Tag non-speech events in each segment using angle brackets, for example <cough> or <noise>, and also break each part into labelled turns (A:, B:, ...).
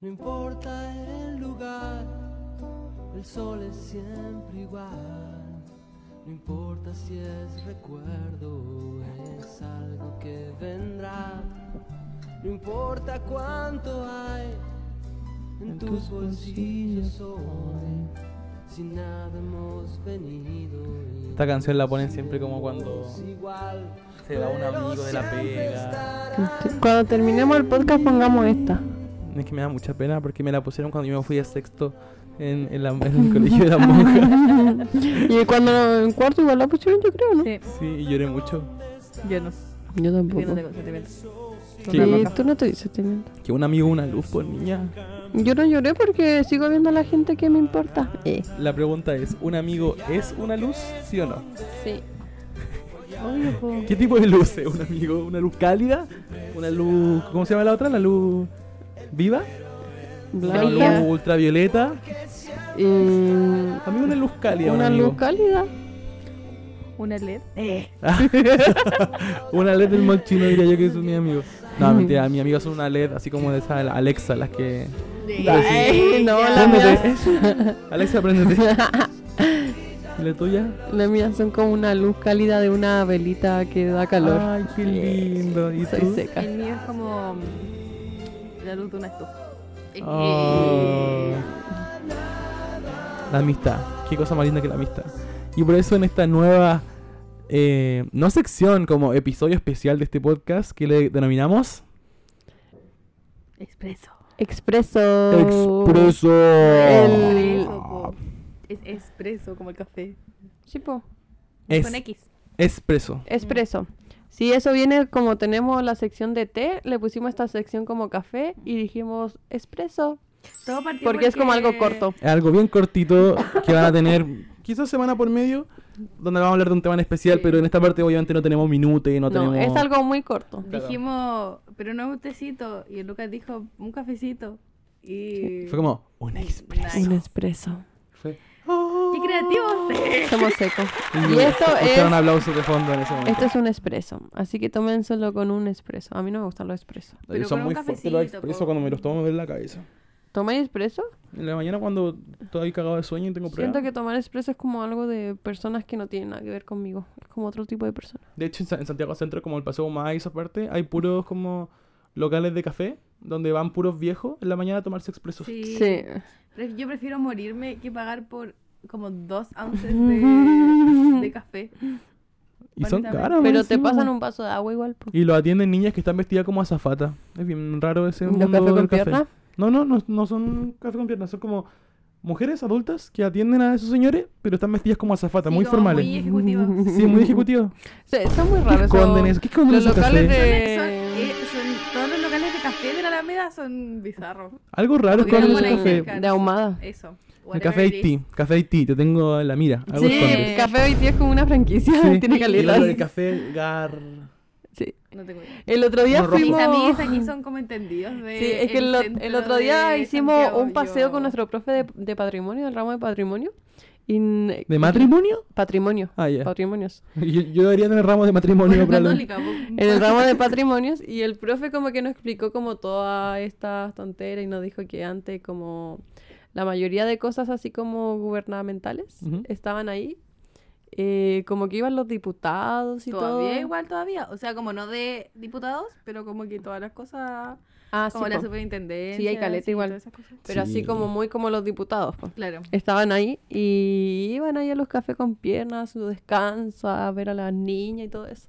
A: No importa el lugar, el sol es siempre igual. No importa si es recuerdo, es algo que vendrá. No importa cuánto hay en, tus bolsillos hoy. Sin nada hemos venido. y
B: Esta canción la ponen
A: todos
B: siempre como cuando
A: iremos igual,
B: se va un
A: pero
B: amigo de la
A: siempre
B: pega.
A: estará
C: Cuando terminemos el podcast pongamos esta.
B: Es que me da mucha pena porque me la pusieron cuando yo me fui a sexto en, en la- en
C: <laughs>
B: el colegio de la monja.
C: Y cuando en cuarto igual la pusieron yo creo, ¿no?
D: Sí,
B: Sí, y lloré mucho.
D: yo no.
C: Yo
D: Yo no
C: tampoco.
D: tengo sentimientos. Son
B: Sí.
D: una
C: Sí,
D: roca.
C: tú no te dices teniendo.
B: Que un amigo una luz, por niña.
C: Yo no lloré porque sigo viendo a la gente que me importa. Eh.
B: La pregunta es, ¿un amigo es una luz? ¿Sí o no?
C: Sí.
D: Obvio, po.
B: ¿Qué tipo de luz es un amigo? ¿Una luz cálida? ¿Una luz... ¿Cómo se llama la otra? ¿La luz viva? ¿Una luz
C: Blanca.
B: ultravioleta?
C: eh,
B: A mí una luz cálida, un
C: una
B: amigo.
C: luz
D: <laughs>
C: cálida.
D: Una LED. Eh.
B: <laughs> Una LED del mal chino diría yo que es mi amigo. No, mentira, mi amigo es una LED así como de esa Alexa, las que...
D: Eh,
C: Ay, Eh, no, la mía,
B: Préndete. <laughs> Alexa, préndete. ¿Y la tuya?
C: <laughs> la mía son como una luz cálida de una velita que da calor.
B: Ay, qué lindo. ¿Y
C: Soy
B: tú?
C: seca.
D: El mío es como mm, la luz de una estufa. Eh.
B: Oh. La amistad. Qué cosa más linda que la amistad. Y por eso en esta nueva, eh, no sección, como episodio especial de este podcast que le denominamos
D: Expreso.
C: Expreso.
B: Expreso.
C: Oh. El-
D: Expreso, po. Oh. Es expreso como el café.
C: Sí, po.
B: Es-
D: Con X.
B: Expreso.
C: Expreso. Sí, eso viene como tenemos la sección de té, le pusimos esta sección como café y dijimos expreso.
D: Todo partió
C: Porque es como algo
D: porque-
C: corto.
B: Es algo bien cortito que van a <laughs> tener quizás semana por medio, donde vamos a hablar de un tema en especial,
D: Sí.
B: pero en esta parte obviamente no tenemos minutos, no,
C: No,
B: tenemos...
C: es algo muy corto.
B: Claro.
D: Dijimos, pero no es un tecito. Y el Lucas dijo, un cafecito. Y.
B: Fue como un expreso.
D: Nice.
C: expreso.
B: Fue-
D: ¡Qué
B: <laughs>
D: creativos!
C: Somos secos.
B: Y,
C: Y esto es-
B: un aplauso de fondo en ese momento.
C: Esto es un expreso, así que tómenselo con un expreso. A mí no me gustan los expresos.
B: Yo
D: Pero
B: son
D: con
B: muy
D: un
B: fuertes los
D: cafecito,
B: expresos
D: po.
B: cuando me los tomo me duele la cabeza.
C: ¿Tomáis expreso?
B: En la mañana cuando estoy cagado de sueño y tengo pruebas.
C: Siento que tomar expreso es como algo de personas que no tienen nada que ver conmigo. Es como otro tipo de persona.
B: De hecho, en Sa- en Santiago Centro, como el Paseo más y esa parte, hay puros como locales de café donde van puros viejos en la mañana a tomarse expresos.
D: Sí. Pre- Yo prefiero morirme que pagar por como dos ounces de,
C: Mm.
D: de café.
B: y son
D: honestamente.
B: caros.
C: Pero te
B: encima.
C: pasan un vaso de agua igual. po.
B: Y lo atienden niñas que están vestidas como azafata. Es bien raro ese mundo
C: ¿Los café
B: del
C: con
B: café.
C: pierna?
B: No, no, no, no son café con piernas. Son como mujeres adultas que atienden a esos señores, pero están vestidas como azafata,
D: Sí,
B: muy
D: como
B: formales.
D: Muy ejecutiva.
B: <laughs>
D: Son- eh,
B: Sí, muy ejecutivo.
C: Sí, son muy raros.
B: esconden
C: son-
B: eso? ¿Qué esconden
C: los
B: esos
C: locales
B: cafés?
C: de-
D: son- eh, son- todos los locales de café de la Alameda son bizarros.
B: Algo raro
D: Porque
B: esconden
D: no
B: esos
D: ponen
B: cafés.
D: cerca.
C: de ahumada.
D: Eso.
B: El
D: whatever
B: café
D: it is.
B: Haití, café Haití, te tengo en la mira. algo
C: Sí,
B: escondes.
C: <laughs> Café Haití es como una franquicia,
B: Sí.
C: <laughs> tiene
B: Y
C: caletas.
B: lo del café Gar.
C: Sí.
D: No tengo idea.
C: El otro día
B: Uno rojo.
D: Mis
C: fuimos...
D: amigos aquí son como entendidos de.
C: Sí, es que el, ot- el
D: centro
C: otro día
D: de
C: hicimos
D: Santiago,
C: un paseo
D: yo-
C: con nuestro profe de, de patrimonio, del ramo de patrimonio. y n-
B: ¿De matrimonio?
C: Patrimonio,
B: Ah, ya.
C: patrimonios.
B: Yo, yo debería tener ramos de matrimonio,
D: Bueno,
B: probablemente.
D: católica.
B: <laughs>
D: po.
C: En el ramo
D: <laughs>
C: de patrimonios y el profe como que nos explicó como todas estas tonteras y nos dijo que antes como la mayoría de cosas así como gubernamentales
B: Ujú.
C: estaban ahí. Eh, como que iban los diputados y
D: Todavía
C: todo.
D: igual, todavía. O sea, como no de diputados, pero como que todas las cosas.
C: Ah,
D: como
C: sí,
D: la
C: po.
D: superintendencia.
C: Sí, hay caleta
D: sí,
C: igual.
D: todas esas cosas.
C: pero así
B: Sí.
C: como muy como los diputados. po.
D: Claro.
C: Estaban ahí y iban ahí a los cafés con piernas, su descanso, a ver a las niñas y todo eso.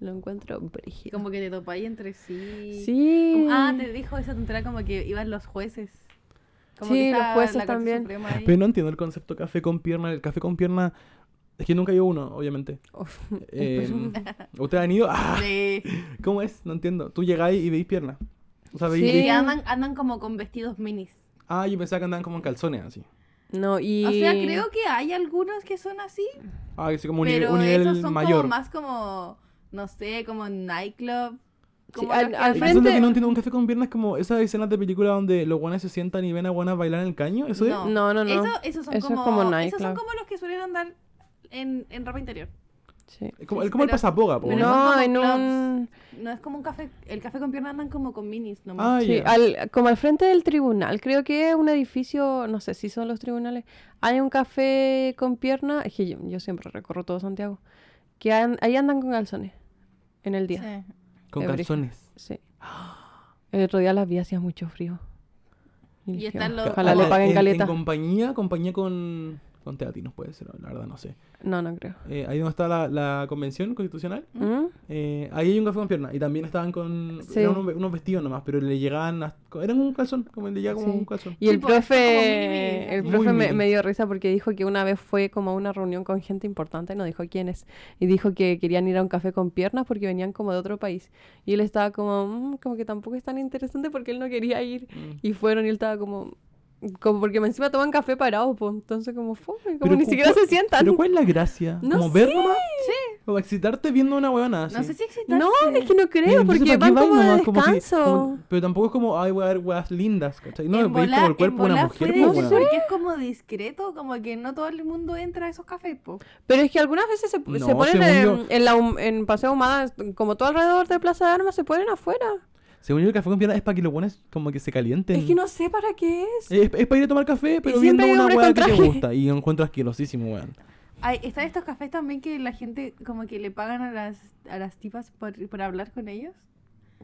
C: Lo encuentro
D: Y
C: brígido.
D: como que te topáis entre sí.
C: Sí.
D: Como- ah, te dijo esa tontera como que iban los jueces.
C: Sí,
D: que
C: los
D: está
C: jueces
D: la Corte
C: también.
D: Suprema ahí.
B: Pero no entiendo el concepto café con pierna. El café con pierna. Es que nunca he ido a uno, obviamente.
C: Uf,
D: Mm,
B: Eh, <laughs> ¿Ustedes han ido? ¡Ah!
D: Sí.
B: ¿Cómo es? No entiendo. Tú llegáis y veis pierna. O sea, veis.
C: Sí.
D: Y
B: veis-
D: andan, andan como con vestidos minis.
B: Ah, yo pensaba que andaban como en calzones así.
C: No, y...
D: O sea, creo que hay algunos que son así,
B: Ah, que sí, como un nivel,
D: pero
B: un nivel
D: esos son
B: mayor.
D: como más como, no sé, como nightclub. Como
C: al-
D: los que
C: al
B: Eso
D: andan-
B: es lo
C: frente-
B: que no entiendo. Un café con pierna es como esas escenas de película donde los guanes se sientan y ven a guanas bailar en el caño. ¿Eso es?
D: No,
C: No, no, no.
D: Eso, esos son
C: Eso es
D: como,
C: como
D: esos son
C: nightclub.
D: como los que suelen andar en, en ropa interior.
C: Sí.
B: Es como, es como el
D: Pero-
B: pasapoga, po.
D: Pero
B: ¿no?
C: No,
D: son
C: en
D: como
C: un...
D: No es como un café. El café con piernas andan como con minis nomás.
B: Ah,
C: sí,
B: ya.
C: al- como al frente del tribunal, creo que es un edificio, no sé si son los tribunales, hay un café con pierna, es que yo, yo siempre recorro todo Santiago, que an- ahí andan con calzones en el día.
D: Sí.
B: Con
C: de brillo.
B: calzones.
C: Sí. El otro día las vi, hacía mucho frío.
D: Y
C: dije, "Oh,
D: están los-
C: Ojalá le
B: Ah,
C: paguen
B: en-
C: caleta.
B: En compañía, compañía con, con teatinos puede ser, la verdad no sé.
C: No, no creo.
B: Eh, ahí donde está la, la convención constitucional,
C: ¿Mm?
B: eh, ahí hay un café con pierna. Y también estaban con
C: Sí.
B: eran unos, ve- unos vestidos nomás, pero le llegaban hasta- eran un calzón, como le llegaba como
C: Sí.
B: un calzón.
C: Y el
D: Tipo, es como
C: profe,
D: mini,
C: el
B: así.
C: profe
B: Muy
C: me,
B: mini.
C: me dio risa porque dijo que una vez fue como a una reunión con gente importante, no dijo quiénes, y dijo que querían ir a un café con piernas porque venían como de otro país. Y él estaba como, "Mm, como que tampoco es tan interesante porque él no quería ir.
B: Mm.
C: Y fueron y él estaba como, como porque encima toman café parado, pues entonces como fue, como
B: Pero
C: ni
B: cu-
C: siquiera se
B: cu-
C: sientan.
B: Pero ¿cuál es la gracia?
C: No
B: ¿Como
C: sé.
B: ver nomás? Como excitarte viendo una huevona
D: No sé si excitarse.
C: No, es que no
B: Y
C: creo,
B: entonces,
C: porque
B: ¿para qué
C: van
B: vais
C: como de
B: nomás? Como si-
C: descanso.
B: como- pero tampoco es como, ay, voy a ver huevas lindas, ¿cachai? No,
D: en
B: veis como
D: volá-
B: el cuerpo de
D: en
B: una
D: volá
B: mujer, pues, po,
D: puede ser,
B: weón.
D: Porque es como discreto, como que no todo el mundo entra a esos cafés, po.
C: Pero es que algunas veces se,
B: No,
C: se ponen
B: según
C: en, en la hum- en Paseo Humada, como todo alrededor de Plaza de Armas, se ponen afuera.
B: Según yo, el café con piernas es para que los buenos como que se calienten.
C: Es que no sé para qué es.
B: Es, para ir a tomar café, pero viendo
C: siempre hay
B: una
C: hombres
B: hueá
C: con
B: que te
C: traje.
B: gusta. Y yo encuentro asquerosísimo, weón.
D: Hay, están estos cafés también que la gente como que le pagan a las, a las tipas por, por hablar con ellos.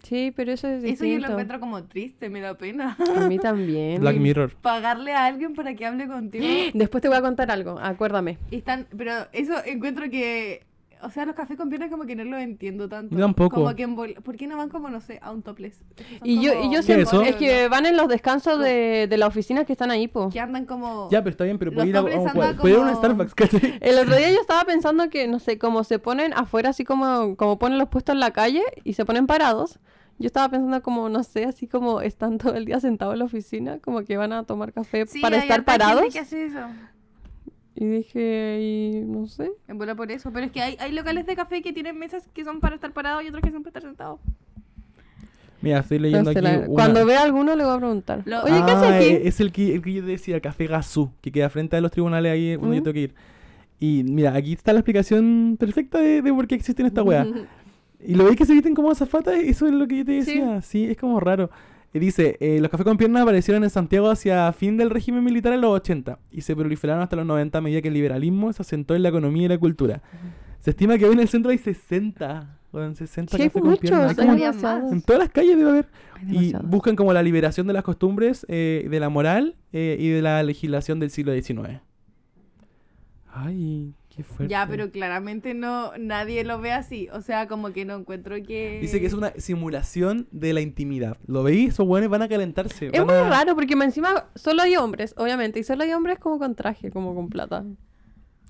C: Sí, pero eso es
D: Eso
C: distinto.
D: yo lo encuentro como triste, me da pena. <laughs>
C: A mí también.
B: Black Mirror.
D: Pagarle a alguien para que hable contigo.
C: Después te voy a contar algo, acuérdame.
D: Y Están, pero eso encuentro que... O sea, los cafés con piernas como que no lo entiendo tanto.
B: Yo tampoco.
D: Como que en vol- ¿Por qué no van como, no sé, a un topless? Son
C: Y yo,
D: como-
C: y yo
B: ¿Qué sé-
C: siempre...
B: es eso?
C: Es que van en los descansos de, de la oficina que están ahí, po.
D: Que andan como...
B: Ya, pero está bien, pero
D: Los
B: puede ir a, a
D: hombres
B: un
D: andan
B: cuadro. Puede ir a una
D: como-
B: Starbucks,
C: <laughs>
B: ¿cachai?
C: El otro día yo estaba pensando que, no sé, como se ponen afuera, así como, como ponen los puestos en la calle y se ponen parados. Yo estaba pensando como, no sé, así como están todo el día sentados en la oficina, como que van a tomar café
D: Sí,
C: para
D: hay
C: estar
D: harta gente
C: parados.
D: que hace eso.
C: Y dije, y no sé.
D: En bola por eso. Pero es que hay, hay locales de café que tienen mesas que son para estar parados y otros que son para estar sentados.
B: Mira, estoy leyendo
C: No sé,
B: aquí.
C: la-
B: una-
C: Cuando vea alguno le voy a preguntar.
D: Lo-
C: Oye, ¿qué hace
B: Ah,
C: aquí?
B: eh, Es el que, el que yo decía, Café Gazú, que queda frente a los tribunales ahí donde yo
C: Ujú.
B: tengo que ir. Y mira, aquí está la explicación perfecta de, de por qué existen Ah, esta weá.
C: mm,
B: Y lo veis que se visten como azafatas, eso es lo que yo te
C: Sí.
B: decía. Sí, es como raro. Y dice, eh, los cafés con piernas aparecieron en Santiago hacia fin del régimen militar en los 80 y se proliferaron hasta los 90 a medida que el liberalismo se asentó en la economía y la cultura. Se estima que hoy en el centro hay 60, weón, 60
C: Sí, hay
B: cafés con piernas.
C: muchos,
B: Hay
C: hay
B: como
D: demasiados.
B: en
C: demasiados.
B: todas las calles debe haber.
C: Hay
B: Y
C: demasiados.
B: buscan como la liberación de las costumbres, eh, de la moral eh, y de la legislación del siglo XIX. Ay, qué fuerte.
D: Ya, pero claramente no nadie lo ve así. O sea, como que no encuentro que...
B: Dice que es una simulación de la intimidad. ¿Lo veis? Esos hueones van a calentarse.
C: Es
B: van
C: muy
B: a-
C: raro porque más encima solo hay hombres, obviamente, y solo hay hombres como con traje, como con plata.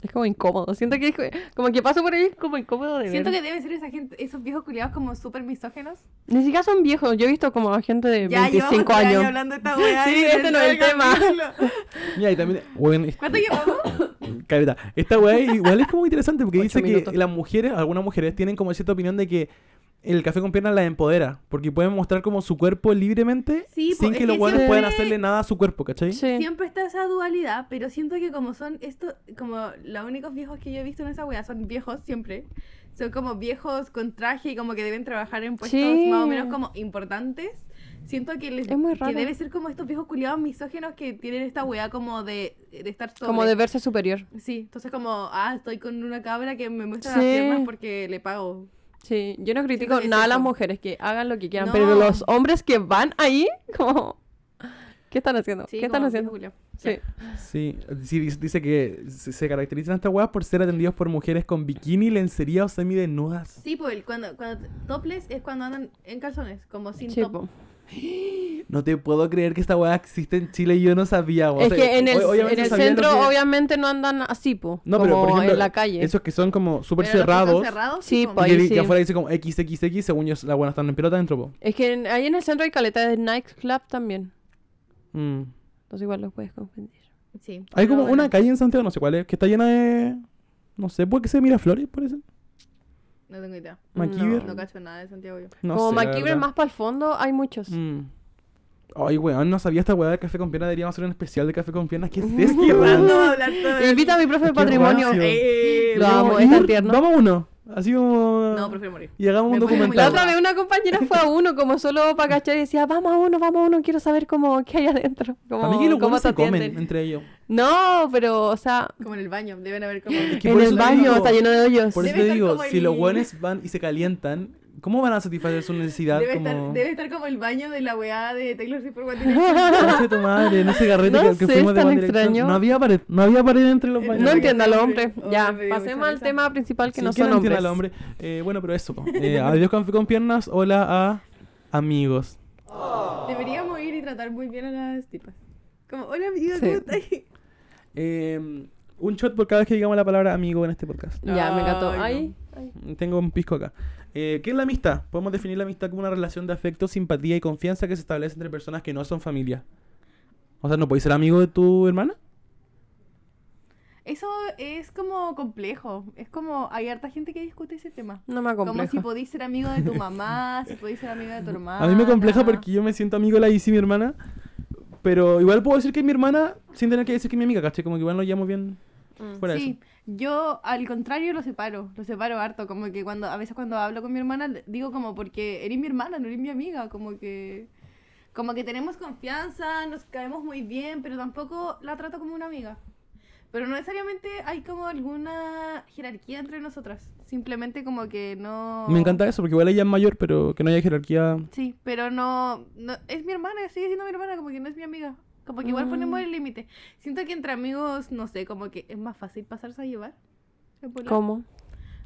C: Es como incómodo. Siento que es co- como que paso por ahí es como incómodo de
D: Siento
C: ver.
D: que deben ser esa gente, esos viejos culiados como súper misógenos.
C: Ni siquiera son viejos. Yo he visto como a gente de 25
D: llevamos tres
C: años.
D: hablando de esta weá.
C: Sí,
D: y
C: este
D: dentro
C: no es el
D: del
C: tema.
D: capítulo.
B: Mira, y también. hueón, es-
D: ¿Cuánto llevamos?
B: Caleta. Esta weá igual es como interesante porque
C: Ocho
B: dice
C: minutos.
B: que las mujeres, algunas mujeres, tienen como cierta opinión de que el café con piernas las empodera. Porque pueden mostrar como su cuerpo libremente
D: Sí, po,
B: sin
D: es
B: que los
D: que
B: hueones puedan
D: siempre-
B: hacerle nada a su cuerpo, ¿cachai?
C: Sí.
D: Siempre está esa dualidad, pero siento que como son esto, como los únicos viejos que yo he visto en esa weá son viejos siempre. Son como viejos con traje y como que deben trabajar en puestos
C: Sí.
D: más o menos como importantes. Siento que les
C: Es muy
D: que
C: raro.
D: debe ser como estos viejos culiados misógenos que tienen esta weá como de, de estar sobre.
C: Como de verse superior.
D: Sí, entonces como, ah, estoy con una cabra que me muestra
C: Sí.
D: las piernas porque le pago.
C: Sí. Yo no critico
D: que es
C: nada a las
D: eso.
C: mujeres que hagan lo que quieran,
D: No.
C: pero los hombres que van ahí, <laughs> como. ¿Qué están haciendo?
D: Sí,
C: ¿Qué están
D: como
C: haciendo?
D: viejo culiao.
C: Sí.
B: Sí, sí, dice- dice que se se caracterizan estas weas por ser atendidos por mujeres con bikini, lencería o semidesnudas.
D: Sí, pues cuando, cuando topless es cuando andan en calzones, como sin
C: Sí,
D: top.
C: po.
B: No te puedo creer que esta wea existe en Chile y yo no sabía. o
C: Es
B: sea,
C: que en el,
B: o- obviamente
C: en el
B: sabía lo
C: centro,
B: que-
C: obviamente, no andan así, po.
B: No,
C: como
B: pero por ejemplo,
C: en la calle.
B: Esos que son como súper
D: Pero los que están
B: cerrados.
D: cerrados,
C: Sí,
D: po.
B: Y
C: Ahí
B: que, di-
C: pues, sí.
B: que afuera dice como XXX, según yo, la buena están en pelota dentro, po.
C: Es que en- ahí en el centro hay caleta de nightclub también.
B: Mm.
C: Entonces igual los puedes confundir.
D: Sí,
B: Hay
D: pero
B: como
D: bueno.
B: una calle en Santiago, no sé cuál es, que está llena de. No sé, puede que sea Miraflores, parece.
D: No tengo idea.
B: Maquiver.
D: No cacho nada de Santiago yo.
B: No
C: Como
B: sé, la
C: MacGyver
B: verdad.
C: más para el fondo hay muchos.
B: Mm. Ay, weón, no sabía esta weá de café con piernas. Deberíamos hacer un especial de café con piernas. ¿Qué es esto?
D: Qué
B: weón?
D: <laughs> random hablar todo. el-
C: Invita a mi profe de
B: Qué
C: patrimonio.
B: rancio.
D: Eh,
C: Lo
D: no,
C: amo,
B: Vamos,
C: es tan
B: ir,
C: tierno.
B: Vamos a uno. Así como.
D: No, prefiero morir.
B: Y hagamos un
D: Me pone muy
C: La
B: documental.
C: otra vez una compañera fue a uno como solo
B: <laughs>
C: para cachar y decía, vamos a uno, vamos a uno, quiero saber cómo, qué hay adentro. Cómo,
B: A mí que los
C: cómo
B: buenos
C: te
B: se comen
C: atienden.
B: entre ellos.
C: No, pero, o sea,
D: Como en el baño, deben haber como.
B: que
C: en
B: por
C: el
B: eso te
C: baño
B: digo-
C: está lleno de hoyos. <laughs>
B: Por eso
D: Debe
B: te
D: estar
B: digo,
D: como
B: si
D: el-
B: los buenos van y se calientan, ¿cómo van a satisfacer su necesidad?
D: Debe,
B: como... <laughs>
D: estar, debe estar como el baño de la weá de Taylor Swift por One Direction.
B: Concha de tu madre, en ese carrete
C: No
B: que, que
C: sé,
B: fuimos de
C: es tan
B: One Direction,
C: extraño.
B: No había pared, no había pared entre los
D: No
B: baños.
C: No entiendo al
D: Hombre,
C: hombre.
D: hombre,
C: Ya,
D: me dio
C: pasemos
D: mucha
C: al
D: risa.
C: tema principal que
B: Sí,
C: no
B: ¿quién
C: son
B: entiende
C: hombres.
B: al hombre? Eh, bueno, pero eso. po. Eh, <laughs> adiós café con piernas, hola
C: <laughs>
B: a amigos.
D: Deberíamos ir y tratar muy bien a las tipas. Como, hola amiga,
C: Sí.
D: ¿cómo estás? <laughs>
B: Eh, un shot por cada vez que digamos la palabra amigo en este podcast.
C: Ya, me encantó.
D: Ay,
C: Ay,
B: Tengo un pisco acá. Eh, ¿Qué es la amistad? Podemos definir la amistad como una relación de afecto, simpatía y confianza que se establece entre personas que no son familia. O sea, ¿no podéis ser amigo de tu hermana?
D: Eso es como complejo. Es como, hay harta gente que discute ese tema.
C: no me
D: Como si
C: acompleja.
D: podís ser amigo de tu mamá, si podís ser amigo de tu hermana.
B: A mí me compleja porque yo me siento amigo de la Isi, mi hermana. Pero igual puedo decir que es mi hermana sin tener que decir que es mi amiga, ¿cachai? Como que igual nos llamo bien fuera de
D: Mm, Sí, yo al contrario lo separo, lo separo harto, como que cuando a veces cuando hablo con mi hermana le- digo como porque eres mi hermana, no eres mi amiga, como que como que tenemos confianza, nos caemos muy bien, pero tampoco la trato como una amiga. Pero no necesariamente hay como alguna jerarquía entre nosotras, simplemente como que no
B: eso. Me encanta eso, porque igual ella es mayor, pero que no haya jerarquía.
D: Sí, pero no, no es mi hermana, sigue siendo mi hermana, como que no es mi amiga. Como que igual ponemos
C: Mm.
D: el límite. Siento que entre amigos, no sé, como que es más fácil pasarse a llevar. en volar.
C: ¿Cómo?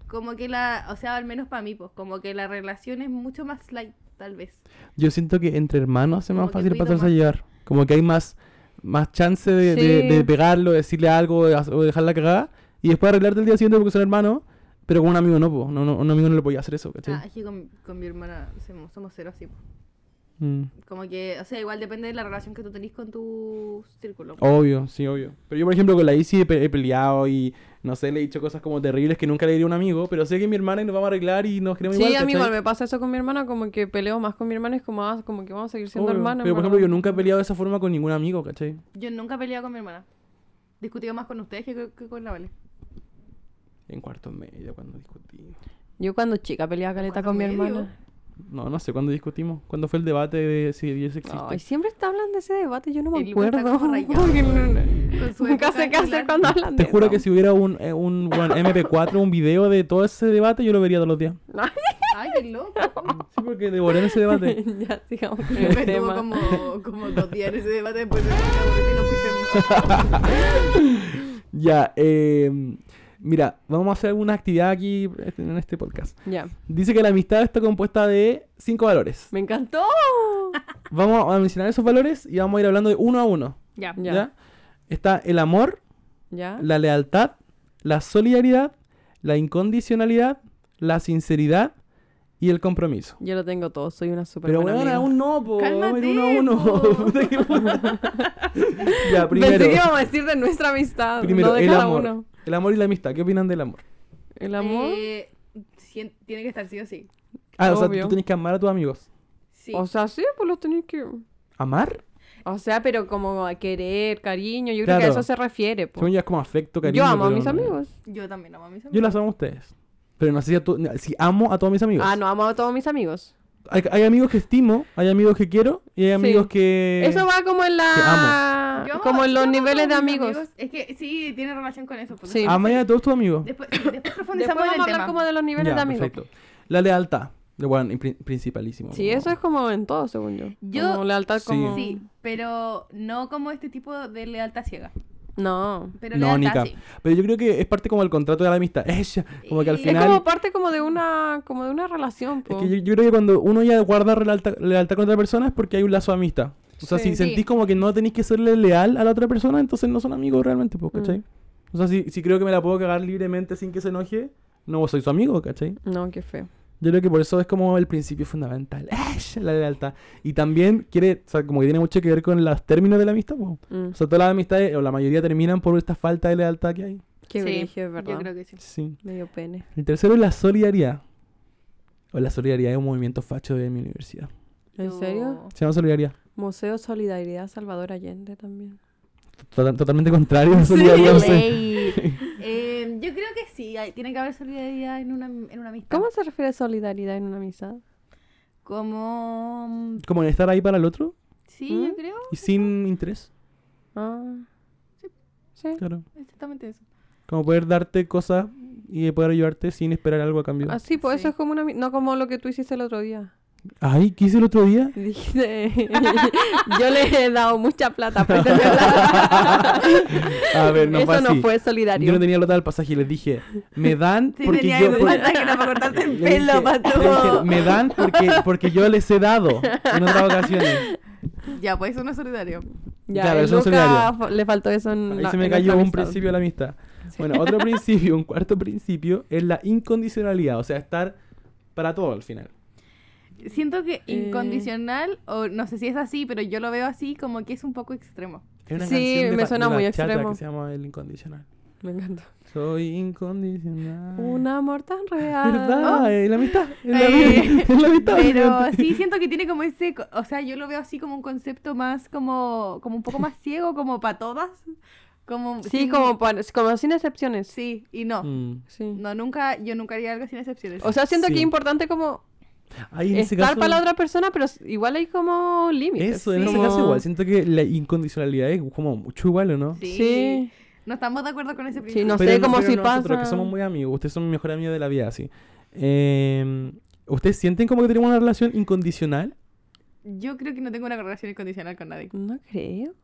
D: Como que la, o sea, al menos para mí, pues, como que la relación es mucho más light, tal vez.
B: Yo siento que entre hermanos es
D: Como
B: más
D: que
B: fácil
D: cuido
B: pasarse a
D: más.
B: llevar. Como que hay más, más chance de, de-
C: Sí.
B: de pegarlo, decirle algo de- o dejarla cagada. Y después arreglarte el día siguiente porque son hermanos. Pero con un amigo no, po. No, no, un amigo no le podía hacer eso, ¿cachai?
D: Ah, es que con, con mi hermana somos, somos cero así. pues.
B: Mm.
D: Como que, o sea, igual depende de la relación que tú tenés con tu círculo.
B: Obvio, sí, obvio. Pero yo, por ejemplo, con la Isi he, pe- he peleado y, no sé, le he dicho cosas como terribles que nunca le diría a un amigo, pero sé que es mi hermana y nos vamos a arreglar y nos queremos
C: Sí,
B: igual,
C: a mí
B: ¿cachai?
C: igual me pasa eso con mi hermana, como que peleo más con mi hermana, es como, ah, como que vamos a seguir siendo
B: Obvio.
C: hermanas.
B: Pero, por
C: en
B: ejemplo, yo
C: verdad.
B: nunca he peleado de esa forma con ningún amigo, ¿cachai?
D: Yo nunca he peleado con mi hermana. He discutido más con ustedes que, que con la Vale.
B: En cuarto medio, cuando discutimos.
C: Yo cuando chica peleaba caleta
D: Cuarto
C: con mi
D: medio.
C: hermana.
B: No, no sé, cuándo discutimos. ¿Cuándo fue el debate de si Dios existe?
C: Ay, siempre está hablando de ese debate, yo no me
D: El Luca está
C: acuerdo.
D: como rayado,
C: <laughs> Porque
D: weón.
C: no-
D: Con su
C: Nunca
D: época
C: sé qué hacer
D: escolar.
C: cuando hablan de
B: Te juro que
C: eso.
B: si hubiera un, eh, un, bueno, MP4, un video de todo ese debate, yo lo vería todos los días. <laughs>
D: Ay, qué loco.
B: Sí, porque devoré ese
C: <laughs>
B: debate.
C: ya, sigamos con
D: Yo
C: el
D: estuvo
C: tema.
D: como, como dos días en ese debate después de porque no fuiste
B: ya, eh, mira, vamos a hacer alguna actividad aquí este, en este podcast.
C: Ya,
B: Dice que la amistad está compuesta de cinco valores.
C: me
D: <laughs>
C: encantó.
B: Vamos a mencionar esos valores y vamos a ir hablando de uno a uno.
D: Ya.
C: Ya.
B: ¿ya? Está el amor,
C: Ya,
B: la lealtad, la solidaridad, la incondicionalidad, la sinceridad y el compromiso.
C: yo lo tengo todo, soy una super
B: Pero
C: buena
B: bueno,
C: amiga.
B: aún no, po.
D: Cálmate,
B: vamos a ir uno a uno. <laughs>
D: po.
B: Puta que puta.
C: <laughs>
B: ya, primero.
C: <laughs> Pensé que íbamos a decir de nuestra amistad,
B: primero,
C: no de
B: el
C: cada
B: amor.
C: uno.
B: El amor y la amistad. ¿Qué opinan del amor?
C: El amor,
D: Eh, sien- tiene que estar sí o sí.
B: Ah, o sea,
C: Obvio.
B: tú tienes que amar a tus amigos.
D: Sí.
C: o sea, sí, pues los tenéis que...
B: ¿Amar?
C: O sea, pero como a querer, cariño, yo creo que
B: Claro.
C: a eso se refiere. po.
B: Según yo es como afecto, cariño.
C: yo amo a
B: pero
C: mis
B: no-
C: amigos.
D: Yo también amo a mis amigos.
B: Yo las amo a ustedes. Pero no sé si, a tu- si amo a todos mis amigos.
C: Ah, no, amo a todos mis amigos.
B: Hay, hay amigos que estimo, hay amigos que quiero y hay
C: Sí.
B: amigos que...
C: Eso va como en la...
D: Yo amo-
C: Como en
D: yo
C: los
D: amo a
C: niveles de
D: todos mis
C: amigos.
D: Es que sí, tiene relación con eso. pues.
C: Sí.
B: Amé a todos tus amigos.
D: Después, sí, después
C: Después
D: profundizamos
C: vamos a
D: en el
C: hablar
D: tema.
C: como de los niveles
B: Ya,
C: de amigos.
B: perfecto. La lealtad. De Bueno, y pri- principalísimo.
C: Sí,
B: como-
C: eso es como en todo, según yo.
D: Yo-
C: Como lealtad
B: Sí.
C: como...
D: Sí, pero no como este tipo de lealtad ciega.
C: No.
D: Pero
B: no,
D: lealtad
B: Nica.
D: sí.
B: Pero yo creo que es parte como el contrato de la amistad. <laughs> Ella, como que al
D: Es
B: final...
C: Es como parte como de una... Como de una relación,
B: Es
C: po.
B: que yo, yo creo que cuando uno ya guarda lealtad, lealtad con otra persona es porque hay un lazo de amistad. O sea, si
C: Sí.
D: Sí.
B: sentís como que no tenéis que serle leal a la otra persona, entonces no son amigos realmente, pues, ¿cachai?
C: Mm.
B: O sea, si, si creo que me la puedo cagar libremente sin que se enoje, no soy su amigo, ¿cachai?
C: No, qué feo.
B: Yo creo que por eso es como el principio fundamental, <laughs> ¡Ash! la lealtad. Y también quiere, o sea, como que tiene mucho que ver con los términos de la amistad, po.
C: Mm.
B: O sea, todas las amistades, o la mayoría terminan por esta falta de lealtad que hay.
C: Qué
D: Sí,
C: brillo, es verdad.
D: Yo creo que sí.
B: Sí.
C: Medio pene.
B: El tercero es la solidaridad. O la solidaridad es un movimiento facho de mi universidad.
C: ¿En serio?
B: Se llama solidaridad.
C: Museo Solidaridad Salvador Allende también.
D: Ah.
B: Total- totalmente contrario a solidaridad. no sé.
D: Ley.
B: <laughs>
D: Eh, yo creo que sí, hay- tiene que haber solidaridad en una, en una amistad.
C: ¿Cómo se refiere solidaridad en una amistad?
D: Como... mm,
B: Como en estar ahí para el otro
D: Sí,
C: ¿Mm?
D: yo creo.
B: y sin interés.
C: Ah. Sí.
B: Claro.
D: Exactamente eso.
B: Como poder darte cosas y poder ayudarte sin esperar algo a cambio.
C: Así, pues eso
D: Sí.
C: es como una... ami- No como lo que tú hiciste el otro
B: <laughs>
C: día.
B: Ay, ¿qué hice el otro día?
C: Dijiste... Yo le he dado mucha plata. por tener plata.
B: <laughs> A ver, no
C: eso
B: fue así.
C: no fue solidario.
B: Yo no tenía plata del pasaje y les dije, me dan
D: Sí,
B: porque
D: tenía
B: yo...
D: que
B: por-
D: pensar que no me cortaste
B: <laughs>
D: el
B: Le dije-
D: pelo,
B: le dije,
D: pato.
B: me dan porque, porque yo les he dado en otras ocasiones.
D: Ya, pues eso no es solidario.
C: Ya,
B: Claro,
C: el
B: eso es
C: Luca
B: solidario.
C: fo- le faltó eso en
B: Ahí
C: la-
B: se me
C: en nuestra
B: cayó un
C: amistad.
B: principio de la amistad. Bueno, otro principio, un cuarto principio, es la incondicionalidad. O sea, estar para todo al final.
D: Siento
C: Eh.
D: que incondicional, o no sé si es así, pero yo lo veo así como que es un poco
C: <laughs>
D: extremo.
B: Es una
C: Sí,
B: canción de
C: me
B: ba-
C: suena
B: de
C: muy
B: bachata
C: extremo.
B: que se llama El Incondicional.
C: Me encantó.
B: Soy incondicional.
C: Un amor tan real.
B: Ah. ¿Verdad? eh, la mitad. Es la,
C: <laughs>
D: Eh,
B: <laughs> es la mitad.
D: Pero
B: básicamente.
D: sí, siento que tiene como ese, co- o sea, yo lo veo así como un concepto más, como, como un
C: <laughs>
D: poco más ciego, como para todas. Como,
C: Sí,
D: sin-
C: como, para- como sin excepciones. Sí.
D: Sí, y no.
B: <laughs> Mm.
D: No, nunca, yo nunca haría algo sin excepciones.
C: O sea, siento
B: Sí.
C: que es importante como
B: Ahí en ese
C: estar
B: caso-
C: para la otra persona, pero s- igual hay como límites.
B: Eso, en
D: sí.
B: ese
C: como-
B: caso igual. Siento que la incondicionalidad es como mucho igual, ¿o no?
D: sí.
C: Sí.
D: No estamos de acuerdo con ese
C: Sí,
D: principio.
C: no sé, como si
B: nosotros, que
C: pasa-
B: somos muy amigos, ustedes son mis mejores amigos de la vida, así. Eh, ¿Ustedes sienten como que tenemos una relación incondicional?
D: Yo creo que no tengo una relación incondicional con nadie.
C: No creo.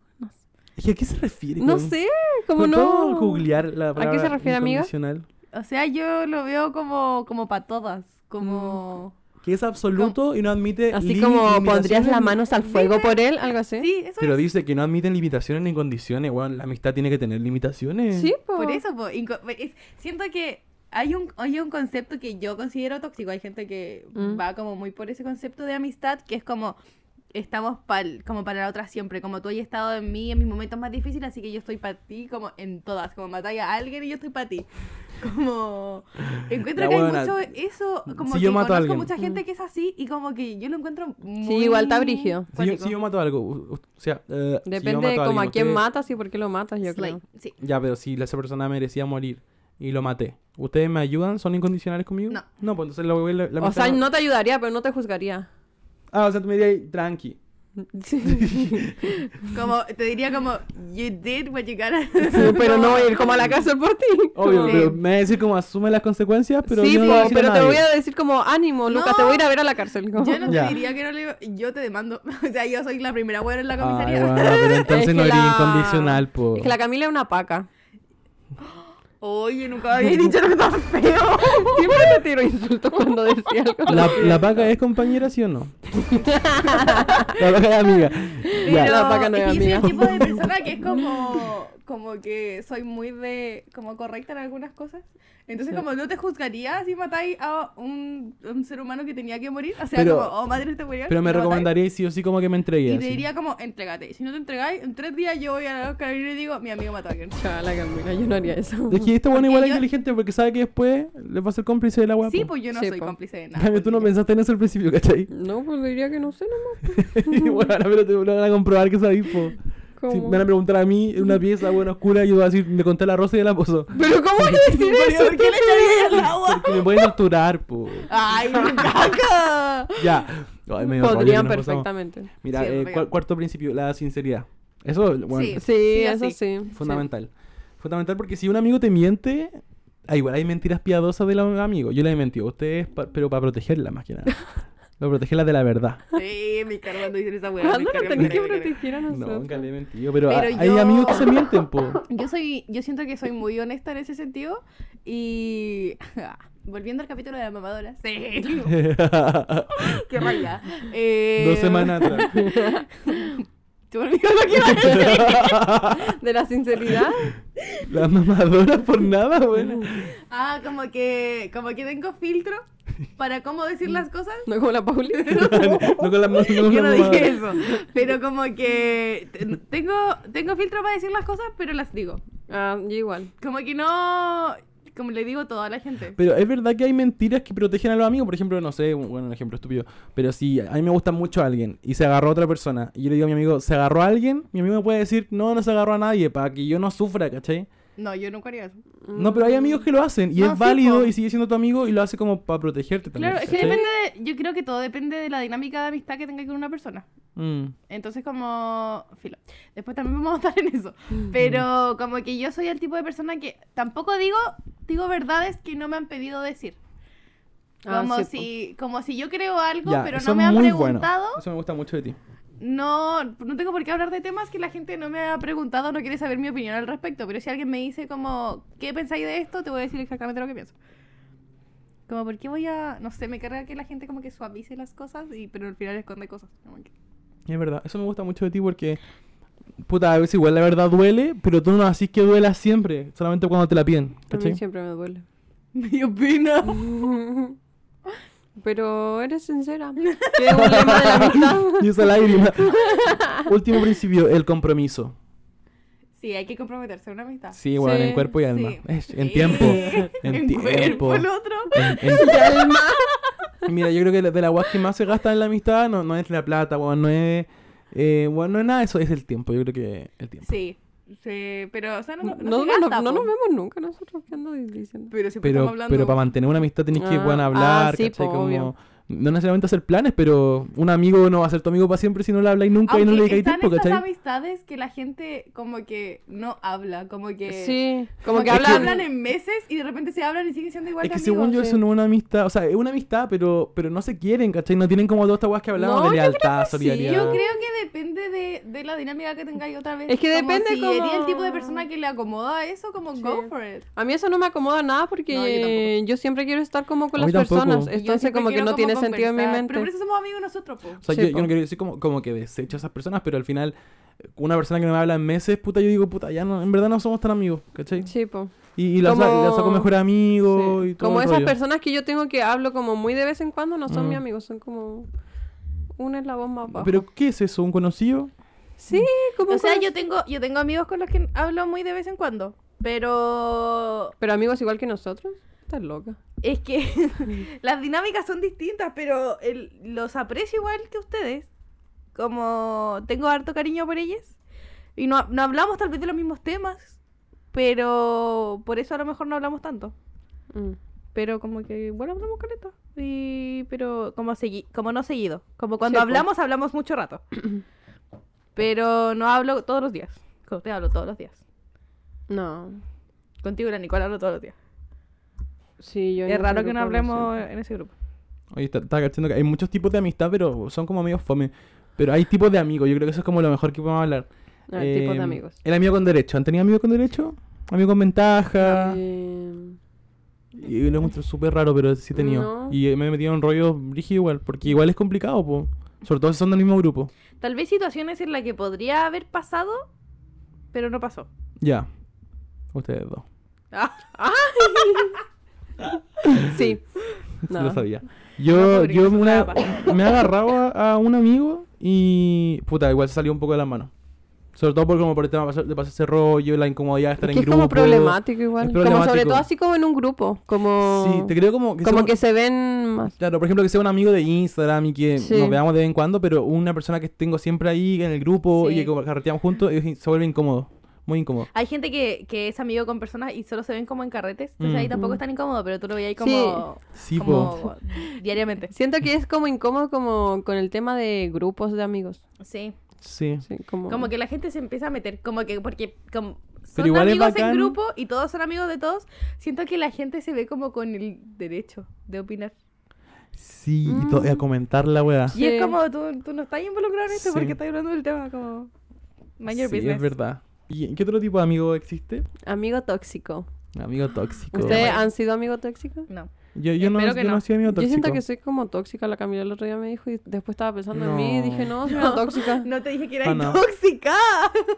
B: Es que, ¿A qué se refiere?
C: No
B: con-
C: sé, como
B: ¿Pu-
C: no.
B: ¿Puedo googlear la
C: qué
B: palabra
C: se refiere, amiga?
B: incondicional?
D: O sea, yo lo veo como, como para todas. Como.
B: Que es absoluto y no admite
C: Así
B: limi-
C: como
B: limitaciones
C: pondrías las
B: ni-
C: manos al fuego por él, algo así.
D: Sí, eso
B: Pero
D: es.
B: dice que no admiten limitaciones ni condiciones. Bueno, la amistad tiene que tener limitaciones.
C: Sí, po.
D: Por eso, po, inco- pues, es- siento que hay un, hay un concepto que yo considero tóxico. Hay gente que
C: Mm.
D: va como muy por ese concepto de amistad, que es como. Estamos pa'l- como para la otra siempre. Como tú has estado en mí en mis momentos más difíciles, así que yo estoy para ti, como en todas. Como matáis a alguien y yo estoy para ti. <laughs> Como. Encuentro
B: La
D: que hay
B: buena.
D: mucho eso. Como
B: Si
D: que
B: yo mato a
D: conozco
B: alguien. Mm.
D: mucha gente que es así y como que yo lo encuentro muy.
C: igual está brígido.
B: Si yo,
D: cuático.
B: si yo mato algo, u- u- o sea, eh, si yo
C: Depende
B: mato
C: de como
B: alguien,
C: a quién
B: ustedes-
C: matas y por qué lo matas, yo
D: Slay,
C: creo.
D: Sí.
B: Ya, pero si la- esa persona merecía morir y lo maté, ¿ustedes me ayudan? ¿Son incondicionales conmigo?
D: No.
B: No, pues entonces la, la, la
C: o
B: amistad
C: sea, no te ayudaría, pero no
B: <laughs>
C: te juzgaría.
B: Ah, o sea, tú me dirías, tranqui.
C: Sí,
D: Como, te diría como, you did what you gotta.
C: pero
D: <laughs>
C: no voy a ir como a la cárcel por ti.
B: <laughs> Obvio,
D: Sí.
B: pero me va a decir como asume las consecuencias, pero
C: sí,
B: yo no
C: po,
B: voy a decir a
C: pero te
B: nadie.
C: voy a decir como ánimo, Lucas, te voy a ir a ver a la cárcel. como-
B: <laughs>
D: Yo no
B: Ya.
D: te diría que no le Yo te demando. <laughs> O sea, yo soy la primera buena en la
B: Ay,
C: <laughs>
D: comisaría.
B: bueno, pero entonces
C: Es
B: no
C: que
B: eres
C: la-
B: incondicional, po.
C: Es que la Camila es
B: <laughs>
C: una paca.
D: Oye, nunca había dicho algo tan feo.
C: Siempre te tiro insultos cuando decía
B: <laughs>
C: algo.
B: La, la paca es compañera, ¿sí o
C: <laughs>
B: no? la paca es amiga. <laughs> Ya.
D: Pero
C: La vaca no
D: es
C: era
D: que yo soy el
C: mía.
D: tipo de persona
B: <laughs>
D: que es como, como que soy muy de, como correcta en algunas cosas. Entonces, como no te juzgaría si matáis a un, un ser humano que tenía que morir. O sea,
B: Pero-
D: como, oh, madre, te morías.
B: Pero me
D: y lo matáis.
B: recomendaría sí o sí como que me entregué.
D: Y
B: así.
D: te diría como, entrégate. Si no te entregáis, en tres días yo voy a la carabinera y digo, mi amigo mató a alguien.
C: Chavala, Camila, yo no haría eso.
B: Es que este bueno igual es
D: yo-
B: inteligente porque sabe que después le va a ser cómplice de la guapa. <laughs>
D: Sí, pues yo no
C: Sí,
D: soy
C: po.
D: cómplice de nada.
B: Cambio, tú no
D: porque-
B: pensaste en eso al principio, ¿cachai? <laughs>
C: No, pues diría que no sé nomás.
B: bueno, ahora pero te lo van a comprobar que sabís, po.
C: ¿Cómo?
B: Si me van a preguntar a mí en
C: <laughs>
B: una pieza, bueno, oscura, yo voy a decir, me conté la rosa y la pozo.
C: Pero ¿cómo voy <laughs> a decir eso?
D: ¿Por qué le echaría el agua?
B: Porque me pueden torturar, po. <laughs>
D: ¡Ay, mi caca!
B: Ya. Ay, medio rollo
C: Podrían
B: que nos pasamos.
C: perfectamente.
B: Mira,
D: Sí,
B: eh,
D: obvio.
B: cua- cuarto principio, la sinceridad. Eso, bueno,
D: Sí.
B: es
C: Sí,
D: Sí,
C: eso
D: así.
C: sí.
B: fundamental. Fundamental porque si un amigo te miente, ah, igual hay mentiras piadosas del amigo. Yo la he mentido a ustedes, pa- pero para protegerla más que
D: <laughs>
B: nada. Para protegerla de la verdad.
D: Sí, me cargan cuando dicen esa
C: Sí.
D: hueá. me
C: ¿Cuándo nos
D: cargan,
C: tenés
D: me
C: que
D: cargan, me cargan.
C: proteger a
B: No,
C: nosotros?
B: nunca le he mentido, pero,
D: Pero
B: a- hay
D: yo-
B: amigos que se mienten,
D: <laughs>
B: po.
D: Yo soy, yo siento que soy muy honesta en ese sentido y <laughs> volviendo al capítulo de la mamadora, sí, <laughs> qué raya. Eh,
B: Dos semanas atrás.
D: <laughs> Se me olvidó lo que iba a decir.
C: <laughs> De la sinceridad.
B: La mamadora por nada,
D: <laughs>
B: bueno.
D: Ah, como que, como que tengo filtro para cómo decir las cosas.
C: No como la Pauli.
B: no con la, no con
D: Yo
B: la
D: no
B: mamadora.
D: dije eso, pero como que te- tengo, tengo filtro para decir las cosas, pero las digo.
C: Ah, yo igual.
D: Como que no. Como le digo a toda la gente.
B: Pero es verdad que hay mentiras que protegen a los amigos. Por ejemplo, no sé, un- bueno, un ejemplo estúpido. Pero si a mí me gusta mucho alguien y se agarró a otra persona, y yo le digo a mi amigo, ¿se agarró a alguien? Mi amigo me puede decir, no, no se agarró a nadie, para que yo no sufra, ¿cachai?
D: No, yo nunca haría eso.
B: No, pero hay amigos que lo hacen y
D: No,
B: es
D: sí,
B: válido
D: po.
B: y sigue siendo tu amigo y lo hace como para protegerte también.
D: Claro, es que
B: ¿cachai?
D: depende de- Yo creo que todo depende de la dinámica de amistad que tenga con una persona.
B: Mm.
D: Entonces, como. Filo. Después también vamos a estar
B: <laughs>
D: en eso. Pero como que yo soy el tipo de persona que tampoco digo, digo verdades que no me han pedido decir.
C: Ah,
D: Como,
C: sí, po.
D: si, como si yo creo algo,
B: Ya,
D: pero
B: eso
D: no me
B: es
D: han
B: muy
D: preguntado.
B: Bueno. Eso me gusta mucho de ti.
D: No, no tengo por qué hablar de temas que la gente no me ha preguntado, no quiere saber mi opinión al respecto. Pero si alguien me dice como, ¿qué pensáis de esto? Te voy a decir exactamente lo que pienso. Como, ¿por qué voy a...? No sé, me carga que la gente como que suavice las cosas, y, pero al final esconde cosas. Como que-
B: Es verdad, eso me gusta mucho de ti porque, puta, a veces igual la verdad duele, pero tú no haces que duela siempre, solamente cuando te la piden.
C: A mí
B: ¿Cachai?
C: siempre me duele.
D: <laughs>
C: <laughs>
D: Mi opina.
C: Pero eres sincera.
D: <laughs>
C: Que es un lema de
B: <laughs>
C: la amistad.
B: Y esa lágrima. Último principio, el compromiso.
D: Sí, hay que comprometerse a una amistad.
B: Sí, bueno,
C: Sí,
B: en cuerpo y alma.
D: sí.
B: Es- en
D: Sí.
B: tiempo. En,
D: <laughs> En
B: tiempo.
D: cuerpo, el otro.
B: En,
D: <laughs>
B: en- Mira, yo creo que de la guas que más se gasta en la amistad no, no es la plata, weón, no es. Eh, weón, no es nada, de eso es el tiempo. Yo creo que el tiempo.
D: Sí, sí, pero, o sea, no, no,
C: No,
D: se
C: no, no,
D: gasta,
C: no
D: po.
C: nos vemos nunca nosotros que ando diciendo.
D: Pero
B: Pero,
D: siempre pues, estamos hablando.
B: pero para mantener una amistad tenés que
C: Ah,
B: weón,
C: ah,
B: hablar,
C: sí,
B: ¿cachai?
C: po,
B: Como-
C: obvio.
B: No necesariamente hacer planes, pero un amigo no va a ser tu amigo para siempre si no le habláis nunca y no le
D: Aunque
B: dedicáis
D: están
B: tiempo,
D: estas
B: ¿cachai?
D: amistades que la gente como que no habla, como que...
C: Sí,
D: Como Pues, que
B: Es que-
D: hablan, en meses y de repente se hablan y siguen siendo igual
B: Es que
D: de amigos.
B: según yo
C: sí.
B: eso no es una amistad, o sea, es una amistad, pero, pero no se quieren, ¿cachai? No tienen como todas estas weas que hablamos
C: No,
B: de
C: yo
B: lealtad,
C: sí.
B: solidaridad.
D: Yo creo que depende de, de la dinámica que tengáis otra vez.
C: Es que depende
D: si
C: como-
D: eres el tipo de persona que le acomoda eso, como
C: Sí.
D: go for it.
C: A mí eso no me acomoda nada porque
D: No, yo
C: yo,
D: tampoco.
C: siempre quiero estar como con
B: A mí
C: las
B: tampoco.
C: personas.
B: Yo
D: Y yo
C: Entonces
D: siempre
C: como que
D: quiero
C: no tiene sentido en mi
D: conversar, Pero por
C: mente.
D: eso somos amigos nosotros, po.
B: O sea,
C: Sí,
B: yo, yo
C: po.
B: no quiero decir como, como que desecho a esas personas, pero al final, una persona que no me habla en meses, puta, yo digo, puta, ya no, en verdad no somos tan amigos, ¿cachai?
C: Sí, po.
B: Y, y la,
C: Como-
B: sa- la saco mejor amigo
C: Sí.
B: y todo
C: Como
B: el
C: esas
B: rollo.
C: personas que yo tengo que hablo como muy de vez en cuando no son
B: Mm.
C: mis amigos, son como un eslabón más bajo.
B: Pero, ¿qué es eso? ¿Un conocido?
C: sí, como
D: O sea,
C: cosas-
D: yo tengo, yo tengo amigos con los que hablo muy de vez en cuando. Pero
C: Pero amigos igual que nosotros, estás loca.
D: es que
C: <laughs>
D: <laughs> las dinámicas son distintas, pero el- los aprecio igual que ustedes. Como tengo harto cariño por ellas. Y no, no hablamos tal vez de los mismos temas. Pero por eso a lo mejor no hablamos tanto.
C: Mm.
D: Pero como que, bueno, hablamos caleta. Y, pero como, segui- como no seguido. Como cuando
C: Sí, po.
D: hablamos, hablamos mucho
C: <coughs>
D: rato. pero no hablo todos los días. Con usted hablo todos los días.
C: No.
D: Contigo y la Nicola hablo todos los días.
C: Sí, yo en
D: es
C: ese
D: raro que
C: grupo
D: no hablemos
C: siento.
D: en ese grupo.
B: Oye, está, está cachando que hay muchos tipos de amistad, pero son como amigos fome. Pero hay tipos de amigos, yo creo que eso es como lo mejor que podemos hablar.
C: Ah, tipos de
B: Eh,
C: amigos.
B: El amigo con derecho. ¿Han tenido amigo con derecho? Amigo con ventaja.
C: Eh,
B: Y lo encuentro súper raro, pero sí he tenido.
C: No.
B: Y eh, me he metido en rollo rígido igual, porque igual es complicado, po. Sobre todo si son del mismo grupo.
D: Tal vez situaciones en las que podría haber pasado, pero no
B: <laughs>
D: pasó.
B: Ya. Ustedes dos. <laughs>
C: sí. No.
B: Lo sabía.
D: No,
B: Yo,
D: porque
B: yo
D: eso te
B: una-
D: va a
B: <coughs> me agarraba a un amigo y. Puta, igual se salió un poco de las manos. Sobre todo por, como por el tema de pasar- de pasar ese rollo, la incomodidad de estar en
C: Es que es
B: grupo.
C: como problemático igual.
B: es
C: Como sobre
B: problemático.
C: todo así como en un grupo. Como,
B: Sí, te creo como que.
C: como
B: somos-
C: que se ven más.
B: Claro, por ejemplo, que sea un amigo de Instagram y que
C: Sí.
B: nos veamos de vez en cuando, pero una persona que tengo siempre ahí en el grupo y
D: Sí.
B: que como carreteamos juntos y se vuelve incómodo. Muy incómodo.
D: Hay gente que, que es amigo con personas y solo se ven como en carretes, entonces
B: Mm.
D: ahí tampoco
C: Mm.
D: es tan incómodo, pero tú lo veías
C: Sí.
D: como,
B: Sí, po.
D: como diariamente.
C: Siento que es como incómodo como con el tema de grupos de amigos.
D: Sí.
B: Sí.
C: Sí, como...
D: Como que la gente se empieza a meter, como que porque como son
B: Pero igual es
D: amigos
B: bacán.
D: en grupo y todos son amigos de todos, siento que la gente se ve como con el derecho de opinar.
B: Sí, y to- y a
D: Mm.
B: comentar la weá.
D: Y
C: Sí.
D: es como tú, tú no estás involucrado en
B: Sí.
D: esto porque estás hablando del tema como mind your
B: Sí,
D: business.
B: es verdad. ¿Y qué otro tipo de amigo existe?
C: Amigo tóxico.
B: Amigo tóxico.
C: ¿Ustedes han sido amigo tóxico?
D: No.
B: Yo, yo no,
D: ah, Espero que
B: yo no
D: no.
B: soy amigo
C: Yo
B: tóxico.
C: siento que soy como tóxica, la Camila el otro día me dijo y después estaba pensando en mí y
B: No.
C: dije, no, soy una tóxica.
D: No te dije que
B: Ah,
D: era
B: no.
D: tóxica.
C: <laughs>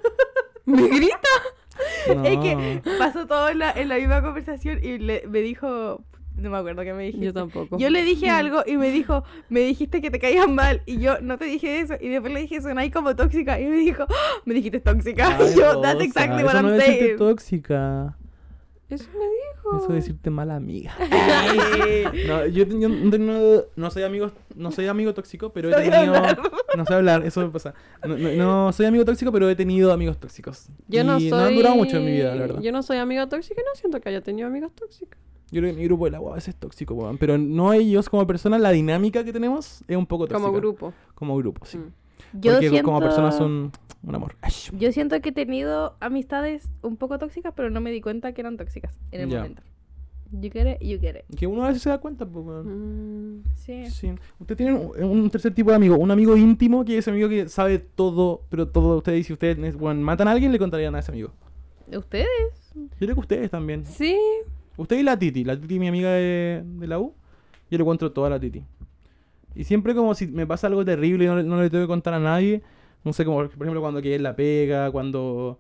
C: Me grita.
B: No.
D: <laughs> Es que pasó todo en la, en la misma conversación y le- me dijo, no me acuerdo qué me dijiste.
C: Yo tampoco.
D: Yo Mm. le dije algo y me dijo, me dijiste que te caías mal y yo no te dije eso y después le dije sonáis como tóxica y me dijo, "Ah, me dijiste tóxica
B: Ay,
D: y <laughs> yo that's
B: Rosa,
D: exactly
B: eso
D: what
B: no es
D: I'm
B: decirte
D: saying.
B: tóxica.
C: Eso me dijo.
B: Eso de decirte mala
C: <laughs>
B: amiga. no, yo, yo no, no soy amigo, no soy amigo tóxico, pero he
C: Sabía
B: tenido.
C: hablar.
B: No sé hablar, eso me pasa. No, no- no soy amigo tóxico, pero he tenido amigos tóxicos.
C: Yo
B: y
C: no soy.
B: No han durado mucho en mi vida, la verdad. Yo,
C: Yo no soy amiga tóxica y no siento que haya tenido amigas tóxicas.
B: creo que mi grupo de la UAB es tóxico, weón. Pero no ellos como personas, la dinámica que tenemos es un poco tóxica.
C: Como grupo.
B: Como grupo, sí.
C: Mm.
D: Yo
B: Porque
D: siento...
B: como personas son un amor.
D: Yo siento que he tenido amistades un poco tóxicas, pero no me di cuenta que eran tóxicas en el
B: Ya.
D: momento. You get it, you get it.
B: Que uno a veces se da cuenta, pues, weón.
C: Mm.
D: Sí.
B: Sí. Usted tiene un, eh, un tercer tipo de amigo, un amigo íntimo que es amigo que sabe todo, pero todo de ustedes. Y si ustedes nes- weón, matan a alguien, le contarían a ese amigo.
D: ¿Ustedes?
B: Yo creo que ustedes también.
C: Sí.
B: Usted y la Titi. La Titi, mi amiga de, de la U. Yo le cuento todo a la Titi. Y siempre como si me pasa algo terrible y no, le- no le tengo que contar a nadie. No sé, como por ejemplo cuando que la pega, cuando...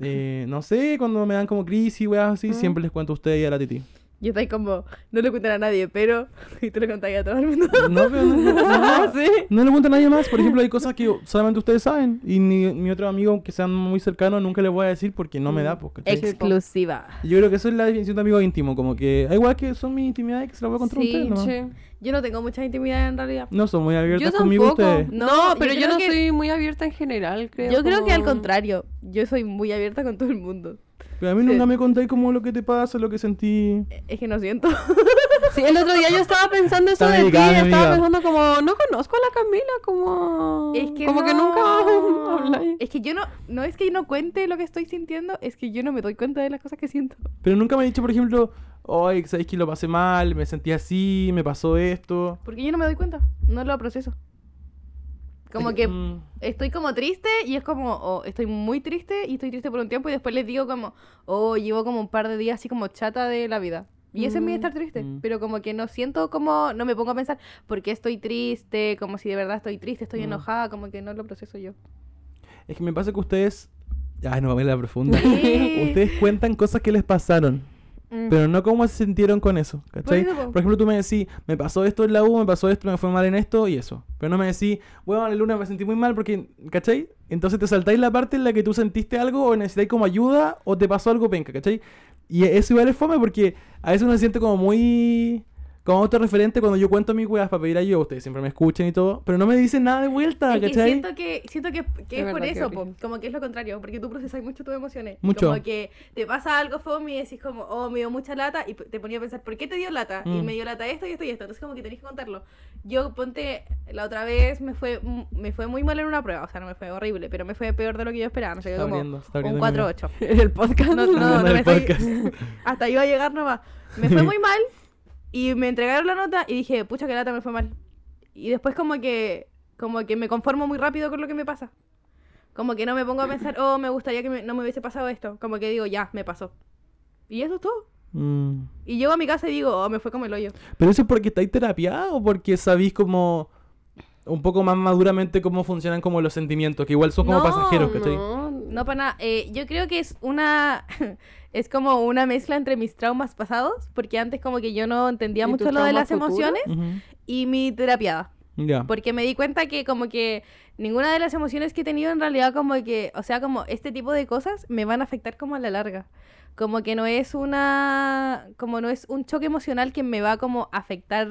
B: eh, no sé, cuando me dan como crisis, weas así, siempre les cuento a ustedes y a la Titi.
D: Yo estoy como, no le cuenten a nadie, pero. <laughs> Y te lo contaría a todo el mundo. Ah,
B: No, pero no,
D: <laughs>
B: no,
D: Sí.
B: no le cuento a nadie más. Por ejemplo, hay cosas que solamente ustedes saben. Y ni mi otro amigo, que sean muy cercanos, nunca les voy a decir porque no me da. Porque
D: Exclusiva.
B: Yo creo que eso es la definición de amigo íntimo. Como que, ah, igual que son mis intimidades, que se las voy a contar a
D: Sí,
B: ustedes. nomás.
C: sí.
D: Yo no tengo mucha intimidad en realidad.
B: No son muy
C: Yo
B: abiertas conmigo
C: tampoco.
B: ustedes.
C: No,
D: No, yo
C: pero yo,
D: creo
C: no
D: que-
C: soy muy abierta en general, creo.
D: Yo creo que al
C: como-
D: contrario, yo soy muy abierta con todo el mundo.
B: Pero a mí
D: Sí.
B: nunca me contáis como lo que te pasa, lo que sentí.
D: Es que
B: <laughs>
D: no siento.
C: Sí, el otro día yo estaba pensando eso
B: Está
C: de ti,
B: medicada, mi
C: estaba
B: amiga.
C: pensando como, no conozco a la Camila, como...
D: Es que
C: como que
D: no.
C: nunca habláis.
D: Es que yo no, no es que no cuente lo que estoy sintiendo, es que yo no me doy cuenta de las cosas que siento.
B: Pero nunca me he dicho, por ejemplo, hoy sabéis que lo pasé mal, me sentí así, me pasó esto.
D: Porque yo no me doy cuenta, no lo proceso. Como
B: Ay,
D: que
B: mm,
D: estoy como triste y es como, oh, estoy muy triste y estoy triste por un tiempo y después les digo como, oh, llevo como un par de días así como chata de la vida. Y ese es mi
C: Mm,
D: estar triste,
B: mm.
D: pero como que no siento como, no me pongo a pensar, ¿por qué estoy triste? Como si de verdad estoy triste, estoy
B: Mm.
D: enojada, como que no lo proceso yo.
B: Es que me pasa que ustedes. Ay, no, a la profunda.
D: Sí.
B: ustedes cuentan cosas que les pasaron.
D: Mm.
B: Pero no cómo se sintieron con eso, ¿cachai?
D: Por eso, po.
B: Por ejemplo, tú me decís, me pasó esto en la U, me pasó esto, me fue mal en esto y eso. Pero no me decís, bueno, el lunes me sentí muy mal porque, ¿cachai? Entonces te saltáis la parte en la que tú sentiste algo o necesitáis como ayuda o te pasó algo penca, ¿cachai? Y eso igual es fome porque a veces uno se siente como muy... Como autorreferente cuando yo cuento mis weas para pedir ayuda, ustedes siempre me escuchan y todo, pero no me dicen nada de vuelta,
D: Es que
B: ¿cachai?
D: siento que, siento que, que
C: Es
D: es,
C: verdad
D: por
C: que
D: eso, po,
C: brillo.
D: como que es lo contrario, porque tú procesas mucho tus emociones.
B: Mucho.
D: Como que te pasa algo fome y decís como, oh, me dio mucha lata, y p- te ponía a pensar, ¿por qué te dio lata? Y
B: Mm.
D: me dio lata esto y esto y esto, entonces como que tenés que contarlo. Yo, ponte, la otra vez me fue, m- me fue muy mal en una prueba, o sea, no me fue horrible, pero me fue peor de lo que yo esperaba, me salió
B: Está
D: como
B: abriendo, está
D: un
B: abriendo mi mente.
D: 4-8.
C: En el podcast.
D: No, no, no,
B: Hablando del
D: me estoy-
B: podcast.
D: <laughs> hasta iba a llegar nomás. Me fue muy mal y me entregaron la nota y dije, pucha, que lata me fue mal. Y después como que, como que me conformo muy rápido con lo que me pasa. Como que no me pongo a pensar, oh, me gustaría que me- no me hubiese pasado esto. Como que digo, ya, me pasó. Y eso es todo.
B: Mm.
D: Y llego a mi casa y digo, oh, me fue como el hoyo.
B: ¿Pero eso es porque estáis terapiados o porque sabéis como un poco más maduramente cómo funcionan como los sentimientos, que igual son como
D: No,
B: pasajeros, ¿cachai?
C: No,
D: No, pana, eh, yo creo que es una... <laughs> es como una mezcla entre mis traumas pasados, porque antes como que yo no entendía
C: ¿Y tu
D: mucho lo de
C: trauma
D: las
C: futuro?
D: emociones
B: Ujú.
D: y mi terapiada.
B: Ya.
D: Porque me di cuenta que como que ninguna de las emociones que he tenido en realidad como que, o sea, como este tipo de cosas me van a afectar como a la larga. Como que no es una, como no es un choque emocional que me va como a afectar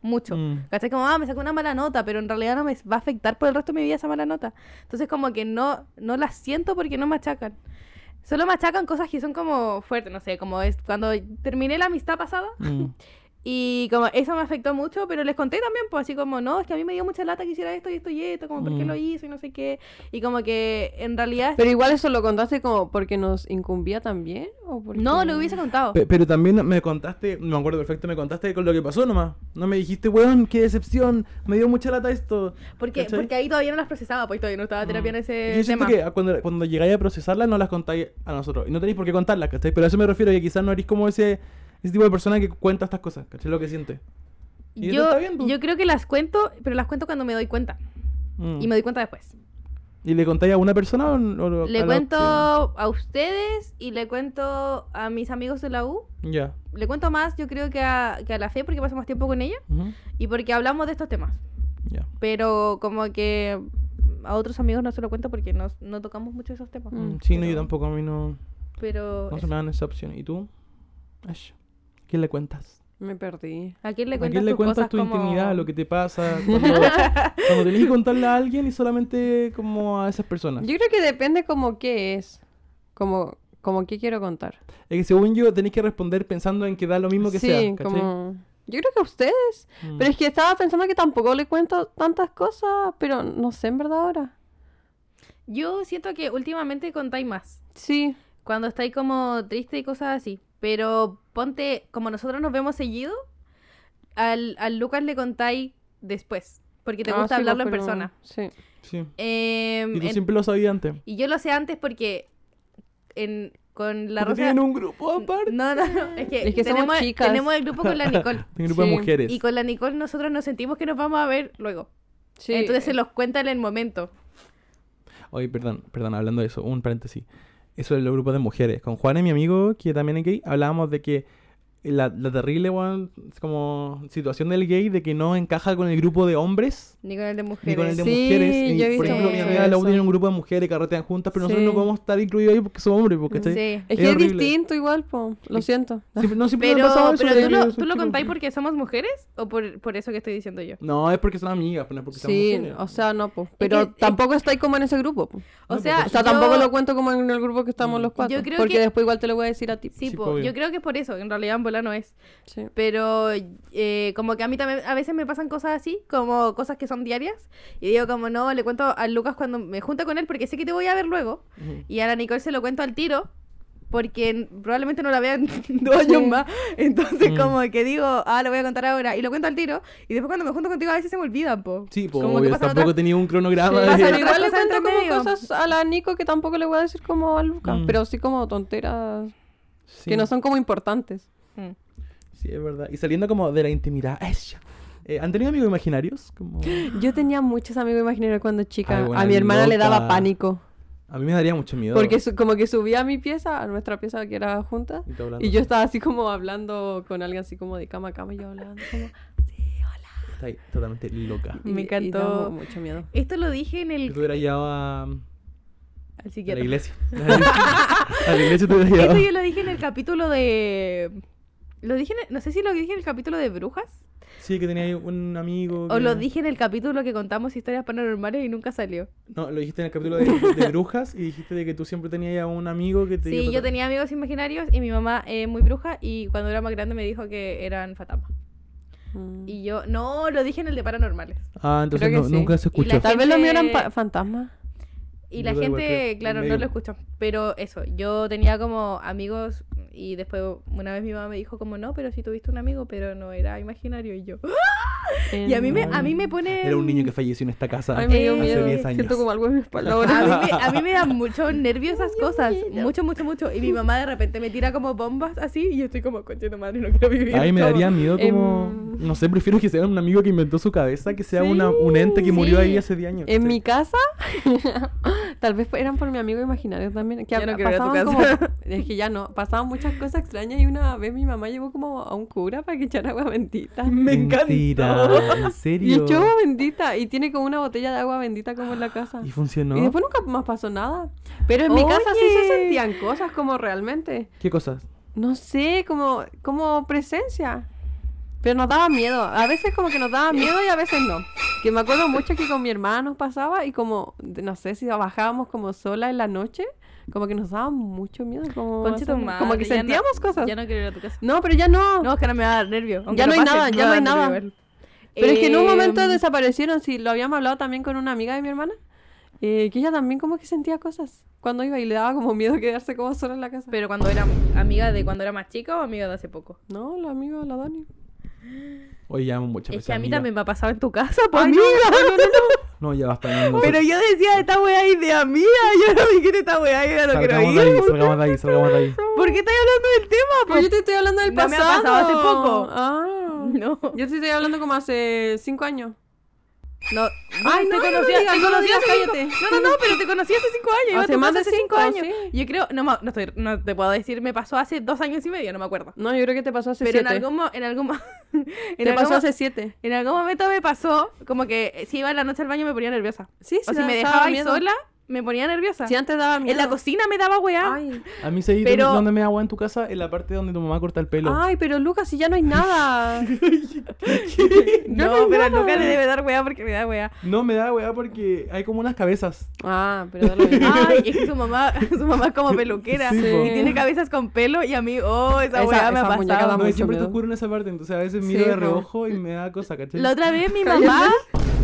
D: mucho.
B: Mm.
D: ¿Cachai? Como, ah, me sacó una mala nota, pero en realidad no me va a afectar por el resto de mi vida esa mala nota. Entonces como que no, no las siento porque no me achacan. Solo me achacan cosas que son como fuertes, no sé, como es cuando terminé la amistad pasada,
B: Mm.
D: <laughs> y como eso me afectó mucho, pero les conté también, pues así como, no, es que a mí me dio mucha lata que hiciera esto y esto y esto, como, ¿por qué
B: Mm.
D: lo hizo y no sé qué? Y como que en realidad...
C: Pero igual eso lo contaste como porque nos incumbía también, o porque...
D: no, lo hubiese contado.
B: Pe- pero también me contaste, me acuerdo perfecto, me contaste con lo que pasó nomás. No me dijiste, weón, qué decepción, me dio mucha lata esto.
D: Porque,
B: ¿cachai?
D: porque ahí todavía no las procesaba, pues todavía no estaba terapia en
B: Y
D: ese
B: yo siento
D: Eh, tema.
B: que cuando, cuando llegáis a procesarlas no las contáis a nosotros. Y no tenéis por qué contarlas, ¿cachai? Pero a eso me refiero, que quizás no eres como ese, ese tipo de persona que cuenta estas cosas, ¿cachai? Lo que siente. y eso
D: Yo,
B: está bien, pues.
D: yo creo que las cuento, pero las cuento cuando me doy cuenta.
B: Mm.
D: Y me doy cuenta después.
B: ¿Y le contáis a una persona o, n- o lo- a
D: Le
B: la
D: cuento
B: que-
D: a ustedes y le cuento a mis amigos de la U.
B: Ya.
D: Le cuento más, yo creo que a, que a la Fe, porque paso más tiempo con ella
B: Ujú.
D: y porque hablamos de estos temas.
B: Ya.
D: pero como que a otros amigos no se lo cuento porque no, no tocamos mucho esos temas.
C: Mm.
B: Mm, Sí, no,
D: pero-
B: yo tampoco, a mí no,
D: Pero
B: no se
D: eso.
B: me dan esa opción. ¿Y tú? Ash, ¿a quién le cuentas?
C: Me perdí.
D: ¿A quién le
B: ¿A
D: cuentas,
B: quién le
D: tus
B: cuentas
D: cosas
B: tu
D: como-
B: intimidad, lo que te pasa?
D: <laughs>
B: Cuando, cuando tenés que contarle a alguien y solamente como a esas personas.
C: Yo creo que depende como qué es. Como, como qué quiero contar.
B: Es que según yo tenés que responder pensando en que da lo mismo que
C: sí,
B: sea. ¿cachai?
C: como... Yo creo que a ustedes.
B: Mm.
C: Pero es que estaba pensando que tampoco le cuento tantas cosas, pero no sé en verdad ahora.
D: Yo siento que últimamente contáis más.
C: Sí.
D: Cuando estáis como triste y cosas así. Pero ponte, como nosotros nos vemos seguido, al, al Lucas le contáis después. Porque te
C: Ah,
D: gusta
C: sí,
D: hablarlo en
C: pero-
D: persona.
C: Sí.
B: Sí.
D: Em,
B: Y tú
D: en-
B: siempre lo sabías antes.
D: y yo lo sé antes porque en, con la
B: Porque
D: Rosa...
B: tienen un grupo aparte.
D: No, no, no. Es que,
C: Es que somos
D: tenemos,
C: chicas.
D: tenemos el grupo con la
B: <laughs>
D: Nicole.
B: Tienen un grupo
C: Sí.
B: de mujeres.
D: Y con la Nicole nosotros nos sentimos que nos vamos a ver luego.
C: sí.
D: Entonces se los cuenta en el momento.
B: Oye, perdón, perdón, hablando de eso, un paréntesis. Eso de los grupos de mujeres. Con Juan y mi amigo, que también es gay, hablábamos de que la, la terrible weón, es como situación del gay de que no encaja con el grupo de hombres
D: Ni con el de mujeres.
B: ni con el de
C: Sí,
B: mujeres. Y,
C: yo he
B: por
D: visto
B: ejemplo, mi
D: mucho
B: amiga la
C: eso.
B: tiene un grupo de mujeres que carretean juntas, pero nosotros
C: Sí.
B: no podemos estar incluidos ahí porque somos hombres. porque
D: Sí.
C: Es
B: es
C: que es
B: horrible.
C: distinto igual, po. Lo siento.
B: no siempre nos ha
D: Pero,
B: pasado eso
D: pero
B: de
D: tú
B: que
D: lo,
B: son
D: tú lo
B: chicos.
D: contáis porque somos mujeres o por, por eso que estoy diciendo yo.
B: No, es porque son amigas, pues, no es porque somos
C: Sí,
B: mujeres.
C: o sea, no, po. Pero
D: que-
C: tampoco estáis como en ese grupo, po.
D: O
B: No,
D: sea,
C: O sea, tampoco
D: yo-
C: lo cuento como en el grupo que estamos los cuatro.
D: creo
C: porque
D: que-
C: después igual te lo voy a decir a ti.
D: Sí,
B: Sí,
D: po,
B: obvio.
D: yo creo que es por eso, en realidad en bola no es.
C: Sí.
D: Pero eh, como que a mí también a veces me pasan cosas así, como cosas que son diarias. Y digo como no, le cuento a Lucas cuando me junta con él porque sé que te voy a ver luego.
B: Ujú.
D: Y a la Nicole se lo cuento al tiro porque n- probablemente no la vean <laughs> dos años más. Entonces
B: Mm.
D: como que digo, ah, lo voy a contar ahora. Y lo cuento al tiro. Y después cuando me junto contigo a veces se me olvidan, po.
B: Sí, pues
D: Como que pasan
B: tampoco
D: otras-
B: tenía un cronograma.
D: Sí.
B: de-
D: Pasan
C: Pero
D: otras
C: igual le
D: cosas
C: cuento
D: entre
C: como
D: medio.
C: cosas a la Nico que tampoco le voy a decir como a Lucas,
B: Mm.
C: pero sí como tonteras
B: <laughs> Sí.
C: que no son como importantes.
D: Mm.
B: Sí, es verdad. Y saliendo como de la intimidad. ¡ay, ya! Eh, ¿Han tenido amigos imaginarios? Como...
C: Yo tenía muchos amigos imaginarios cuando chica.
B: Ay, buena
C: a mi hermana le daba
B: loca.
C: pánico.
B: A mí me daría mucho miedo.
C: Porque su- como que subía a mi pieza, a nuestra pieza que era junta,
B: Y tú hablando
C: y yo
B: así,
C: estaba así como hablando con alguien así como de cama a cama y yo hablando como...
B: está ahí totalmente loca.
C: y-
D: Me
C: y
D: encantó.
C: daba mucho miedo.
D: Esto lo dije en
B: Si te
D: el...
B: hubiera llevado a, a
D: Al
B: la
D: psiquiatra.
B: iglesia. <laughs> a la iglesia te hubiera
D: Esto
B: llevado.
D: yo lo dije en el capítulo de... Lo dije en el- No sé si lo dije en el capítulo de brujas.
B: Sí, que tenía ahí un amigo.
D: O
B: que-
D: lo dije en el capítulo que contamos historias paranormales y nunca salió.
B: No, lo dijiste en el capítulo de, de brujas y dijiste de que tú siempre tenías a un amigo que te. iba a
D: Sí, yo
B: tratar.
D: tenía amigos imaginarios y mi mamá es muy bruja y cuando era más grande me dijo que eran fatamas.
C: Mm.
D: Y yo, no, lo dije en el de paranorales.
B: Ah, entonces
C: Creo
B: no-
C: que sí.
B: nunca se
D: Y la
B: escuchó.
C: Tal vez los míos eran
D: gente-
C: pa- fantasmas.
D: Y
B: Yo
D: la
B: creo igual que
D: gente, claro, no
B: medio.
D: lo escuchó. Pero eso, yo tenía como amigos y después una vez mi mamá me dijo como, no, pero si tuviste un amigo, pero no era imaginario y yo. Y a mí me, a mí me pone...
B: Era un niño que falleció en esta casa
C: Ay, me dio
D: Eh,
B: hace
C: miedo.
B: 10 años.
C: Siento como algo en mi
D: <laughs>
C: espalda ahora.
D: A mí, me, a
B: <laughs>
D: mí me dan mucho nervio esas cosas, mucho, mucho, mucho. Y mi mamá de repente me tira como bombas así y yo estoy como, coche tu madre, no quiero vivir.
B: Ay, me
D: como-
B: daría miedo como...
C: em,
B: No sé, prefiero que sea un amigo que inventó su cabeza que sea una, un ente que murió ahí hace 10 años.
C: En
B: Sí.
C: mi casa, <laughs> tal vez fue- eran por mi amigo imaginario también. Que
D: Ya no
C: hab-
D: quiero ir a tu
C: pasaban
D: casa.
C: como- es que ya no, pasaban muchas cosas extrañas y una vez mi mamá llevó como a un cura para que echara agua bendita.
B: Mentira, en
C: Y
B: serio.
C: echó agua bendita y tiene como una botella de agua bendita como en la casa.
B: <gasps> Y funcionó.
C: Y después nunca más pasó nada. Pero en mi casa sí se
D: Oye.
C: sentían cosas como realmente.
B: ¿Qué cosas?
C: No sé, como, como presencia. Pero nos daba miedo. A veces como que nos daba miedo y a veces no. Que me acuerdo mucho que con mi hermana nos pasaba y como, de- no sé, si bajábamos como sola en la noche, como que nos daba mucho miedo. Como,
D: Conche tu
C: hacer-
D: madre,
C: como que
D: ya no-
C: sentíamos cosas.
D: Ya
C: no...
D: no quiero ir a tu casa.
C: pero ya no.
D: No, es que ahora me va a dar nervio. aunque
C: Ya no hay nada,
D: me
C: ya
D: va
C: no
D: a
C: hay
D: dar
C: nada.
D: nervio igual.
C: pero es que en un momento
D: Em,
C: desaparecieron, sí, lo habíamos hablado también con una amiga de mi hermana, eh, que ella también como que sentía cosas cuando iba y le daba como miedo quedarse como sola en la casa.
D: Pero cuando era amiga de cuando era más chica o amiga de hace poco.
C: No, la amiga, la Dani.
B: Oye, ya muchas
D: es
B: veces.
D: que a mí
B: amiga.
D: también me ha pasado en tu casa, po,
C: Ay, no,
D: amiga.
B: No, ya basta.
C: <laughs>
B: no, no,
D: Pero
B: no.
D: yo decía, esta weá es de amiga. <laughs> Yo no dije esta weá, yo ya no quiero
B: Salgamos
D: ir.
B: de ahí, salgamos de ahí, salgamos de ahí.
D: ¿Por qué estás hablando del tema?
C: <laughs>
D: po?
C: Pues yo te estoy hablando del
D: No me ha
C: pasado.
D: pasado hace poco.
C: Ah.
D: <laughs> No.
C: Yo te estoy hablando como hace cinco años.
D: No,
C: Ay, no,
D: te
C: no
D: conocí,
C: digas,
D: te
C: no
D: conocí
C: digas,
D: hace cinco-
C: cállate.
D: No, no, no, pero te conocí hace cinco años. iba a
C: Hace
D: tu
C: más
D: casa
C: de
D: hace
C: cinco,
D: cinco años.
C: sí.
D: Yo creo, no, ma- no, estoy, no te puedo decir, me pasó hace dos años y medio, no me acuerdo.
C: No, yo creo que te pasó hace
D: Pero en
C: siete.
D: algún, mo- en algún, mo- <laughs> en
C: Te
D: algún
C: pasó
D: mo-
C: hace siete.
D: En algún momento me pasó como que eh, si iba en la noche al baño me ponía nerviosa.
C: Sí,
D: O
C: sí,
D: si
C: da-
D: me
C: estaba
D: dejaba ahí
C: miedo.
D: sola, me ponía nerviosa.
C: Si antes daba miedo.
D: en la cocina me daba weá. <laughs>
C: Ay.
B: A mí se dice
D: Pero-
B: donde me da agua en tu casa, en la parte donde tu mamá corta el pelo.
C: Ay, pero Lucas, si
B: <laughs>
C: ya no hay nada.
D: No,
C: No, no,
D: pero a
C: no.
D: Lucas le debe dar weá porque me
C: <laughs>
D: da weá.
B: No, me da weá porque hay como unas cabezas.
C: Ah, pero da lo mismo.
D: Ay, es que su mamá, <laughs> su mamá es como peluquera.
B: Sí, po.
D: Y tiene cabezas con pelo y a mí, oh, esa,
C: Esa-
D: weá me
C: esa
D: ha
C: muñeca
D: pasado.
C: Ah, da
B: No, y
C: mucho
B: siempre te
C: miedo.
B: oscuro en esa parte, entonces a veces
C: Sí,
B: miro de
C: po.
B: reojo y me da cosa, ¿cachai?
D: La otra vez <laughs> mi mamá,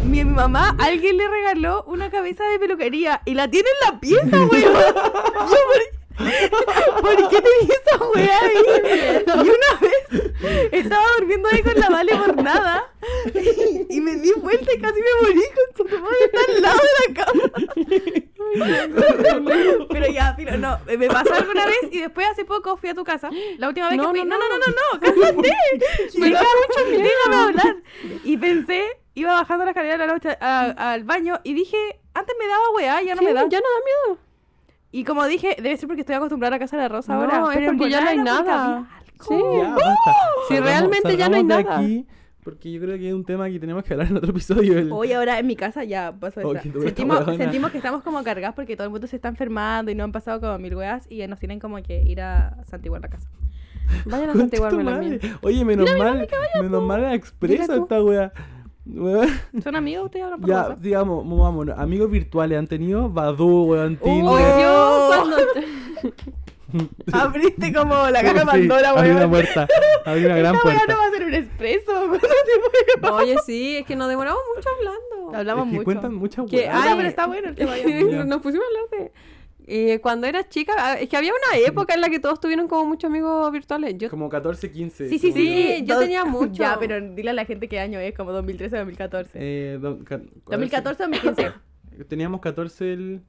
D: mi, mi mamá, alguien le regaló una cabeza de peluquería y la tiene en la pieza, <laughs> weón. Yo, ¿por, ¿por qué tenía esa weá ahí? Y una vez estaba durmiendo ahí con la Vale por nada y, y me di vuelta y casi me morí con su madre está al lado de la <laughs> cama. Pero ya, filo, no, me pasó alguna vez y después hace poco fui a tu casa. La última vez
C: No,
D: que fui.
C: no,
D: No, no,
C: no.
D: no, no, no, cálmate. Me da mucho miedo. Déjame hablar. <laughs> Y pensé, iba bajando la escalera de la noche a- al baño y dije, antes me daba weá, ya no
C: Sí,
D: me da.
C: Ya no da miedo.
D: Y como dije, debe ser porque estoy acostumbrada a Casa de la Rosa
C: No,
D: ahora.
C: es
D: pero en
C: porque ya no hay
D: volada era
C: nada.
D: porque había algo.
C: Sí.
B: Ya, basta.
C: ¡Uh! Si realmente ya no hay
B: salgamos de
C: nada.
B: aquí, porque yo creo que es un tema que tenemos que hablar en otro episodio. el-
D: Hoy ahora en mi casa ya pasó eso.
B: Oh, qué dura esta
D: sentimos,
B: huevona.
D: sentimos que estamos como cargadas porque todo el mundo se está enfermando y no han pasado como mil weas y nos tienen como que ir a santiguar la casa.
C: Vayan
B: Concha
C: a
B: tu
C: santiguarme la
B: madre.
C: mía.
B: Oye, menos mal, menos mal la expresa
C: tú.
B: esta weá. Weá.
D: ¿Son amigos ustedes ahora
B: <laughs>
D: por
B: Ya,
D: WhatsApp?
B: digamos, vámonos. Amigos virtuales han tenido Badu, weón, Tinder.
C: Uy, yo cuando.
D: <laughs> Abriste como la caja de
B: Sí,
D: Pandora,
B: Abrí una
D: weón.
B: puerta, abrí una gran
D: Esta weá no
B: puerta.
D: va a ser un expreso. <laughs> ¿cuándo te voy a-
C: Oye, sí, es que nos demoramos mucho hablando.
D: Hablamos
B: Es que
D: mucho.
B: cuentan muchas
C: Que
D: O
B: weas.
D: sea,
C: Ay.
D: pero está bueno el tema
C: <laughs>
D: ya.
B: Ya.
C: Nos pusimos a hablar de. eh, cuando era chica, ah, es que había una época en la que todos tuvieron como muchos amigos virtuales. Yo,
B: Como 14, 15.
D: Sí, sí, sí.
B: como que-
C: Sí, yo
D: Dos-
C: tenía mucho.
D: <laughs> Ya, pero dile a la gente qué año es, como 2013 2014.
B: Eh, do- ca-
C: <laughs>
D: 2014 2015.
B: Teníamos 14 el...